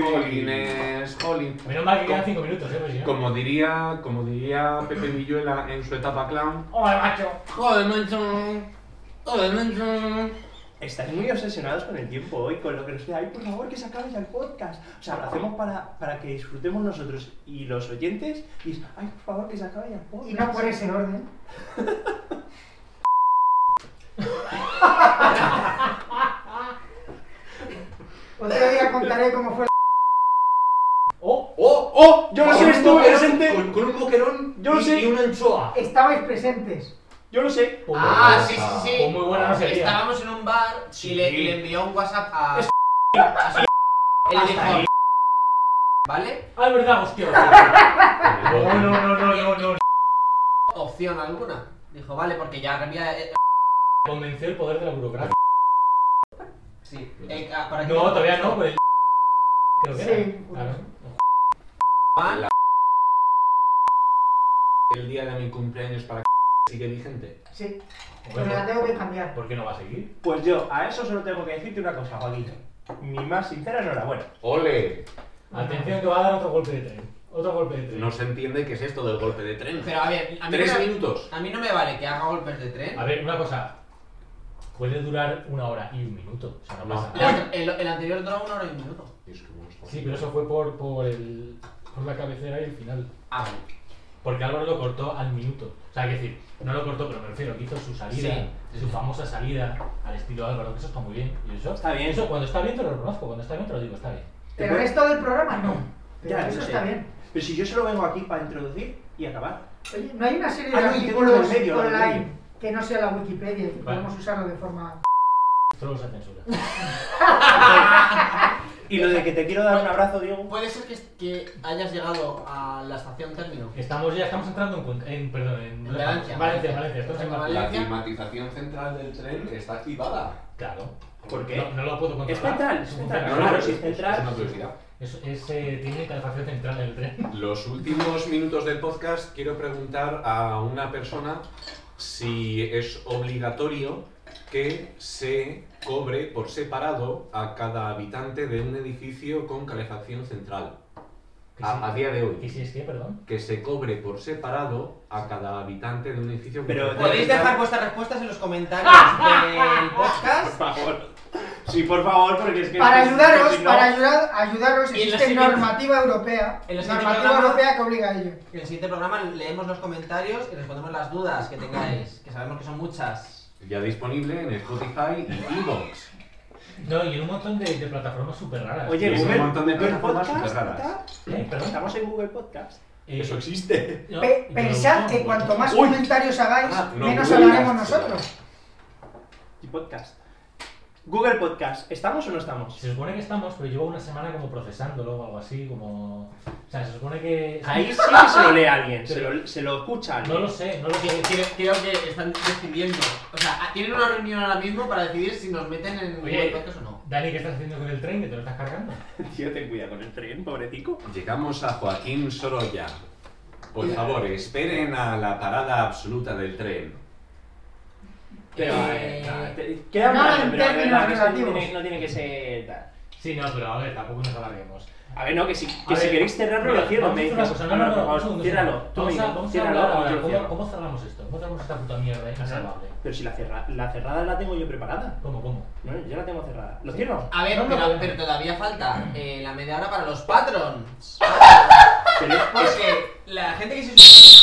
Jolines, jolín. Pues Menos mal que quedan cinco minutos, ¿eh? Pues si no- Como diría, como diría Pepe Villuela en su etapa clown, ¡Hola, macho! Joder, mancho. Joder, mancho. Estáis muy obsesionados con el tiempo hoy, con lo que nos queda. Ay, por favor, que se acabe ya el podcast. O sea, lo hacemos para, para que disfrutemos nosotros y los oyentes. Y es, ay, por favor, que se acabe ya el podcast. Y no por ese orden. Otro día contaré cómo fue. ¡Oh! ¡Oh! ¡Oh! ¡Yo lo sé! Con un ¡Estuve boquerón- presente! Con, con un boquerón Yo lo y, sé. y una anchoa. Estabais presentes. ¡Yo lo sé! Pues Ah, bueno. sí, sí, sí. Pues muy buena no sería. Estábamos en un bar y, Sí. le, y le envió un WhatsApp a. a su- Él le Hasta ahí. dijo. ¿Vale? Ah, es verdad, hostia. hostia. eh, No, no, no, no, no, no. Opción alguna. Dijo, vale, porque ya reenvía. eh, Convenció el poder de la burocracia. sí. Eh, ah, para que No, todavía no, pues, pero el... Creo que era. Sí. Ah, Van, el día de mi cumpleaños para que (laughs) sigue vigente. Sí, no. pero la tengo que cambiar. ¿Por qué no va a seguir? Pues yo, a eso solo tengo que decirte una cosa, Joaquín. Mi más sincera enhorabuena. ¡Ole! Atención que va a dar otro golpe de tren. Otro golpe de tren. No se entiende qué es esto del golpe de tren. Pero a ver, a mí, Tres no me- minutos. a mí no me vale que haga golpes de A tren. ver, una cosa. Puede durar una hora y un minuto. O sea, no No. pasa nada. La- el, el anterior duró una hora y un minuto. Es que monstruo. Sí, pero eso fue por, por, el, por la cabecera y el final. Ah, vale. Porque Álvaro lo cortó al minuto. O sea, es decir, no lo cortó, pero me refiero que hizo su salida, Sí. su famosa salida al estilo Álvaro, que eso está muy bien. Y eso, Está bien. Eso cuando está bien te lo reconozco, cuando está bien te lo digo, está bien. Pero el resto del programa no. Pero Ya, eso lo sé. está bien. Pero si yo solo vengo aquí para introducir y acabar. Oye, ¿no hay una serie de Ah, no, y tengo lo artículos del medio, lo del medio. online que no sea la Wikipedia y que Vale. podamos usarlo de forma... Solo se censura. Y lo de que te quiero dar un abrazo, Diego. Puede ser que, que hayas llegado a la estación término. Estamos ya, estamos entrando en, Cuenca- en perdón, en, En Valencia. en Valencia, en Valencia, estamos en Valencia. Valencia. climatización central del tren está activada. Claro. ¿Por qué? No, no lo puedo Es controlar. central, Eso es funciona. central. No, no, Claro, es- si es Es una central. curiosidad. Es, es, eh, tiene calefacción central (laughs) el tren. Los últimos minutos del podcast quiero preguntar a una persona si es obligatorio que se cobre por separado a cada habitante de un edificio con calefacción central. Que Ah, sí. A, a día de ¿Y hoy. si es que, perdón? Que se cobre por separado a cada habitante de un edificio con Pero- calefacción Podéis central. dejar vuestras respuestas en los (laughs) comentarios del Por podcast. favor. Sí, por favor, porque es que. Para es que ayudaros, si no- para ayudar, ayudaros Y en la existe siguiente- normativa europea, en la siguiente normativa programa- europea que obliga a ello. En el siguiente programa leemos los comentarios y respondemos las dudas que tengáis, que sabemos que son muchas. Ya disponible en Spotify y Evox. No, y en un montón de, de plataformas súper raras. Oye, Y es un Google, montón de Google plataformas Podcast, superraras. ¿está? ¿Eh? Perdón. Estamos en Google Podcast. Eh, existe. no, Pe- yo- pensad no, que no, cuanto no. más Uy. comentarios hagáis, Ah, no, menos no, hablaremos no. nosotros. y podcast. Google Podcast, ¿estamos o no estamos? Se supone que estamos, pero llevo una semana como procesándolo o algo así, como... O sea, se supone que... Ahí sí que se lo lee alguien, se lo, se lo escucha alguien. No lo sé, no lo sé. Creo, creo que están decidiendo. O sea, ah, tienen una reunión ahora mismo para decidir si nos meten en Google Podcast o no. Dani, ¿qué estás haciendo con el tren? ¿Que te lo estás cargando? Tío, ten cuidado con el tren, pobrecico. Llegamos a Joaquín Sorolla. Por favor, esperen a la parada absoluta del tren. Pero, Eh, eh, te- queda no, un rato, en pero a ver, términos no, eso no tiene- relativos. no tiene que ser tal. Sí, no, pero a ver, tampoco nos alarguemos. A ver, no, que si, que A si ver, queréis cerrarlo, mira, lo cierro. vamos a Me hacer una dices, cosa, no, no, por un favor, segundo, ciérralo. un segundo. Tú, Vamos a, Miguel, vamos a ciérralo y hablar yo ahora. lo ¿Cómo, cierro. ¿Cómo cerramos esto? ¿Cómo cerramos esta puta mierda insalvable? Pero si la, cerra- la cerrada la tengo yo preparada. ¿Cómo, cómo? No, yo la tengo cerrada. ¿Lo cierro? A ver, No, no, pero, no. pero todavía falta eh, la media hora para los patrons. Pero- pues Porque la gente que se suscribe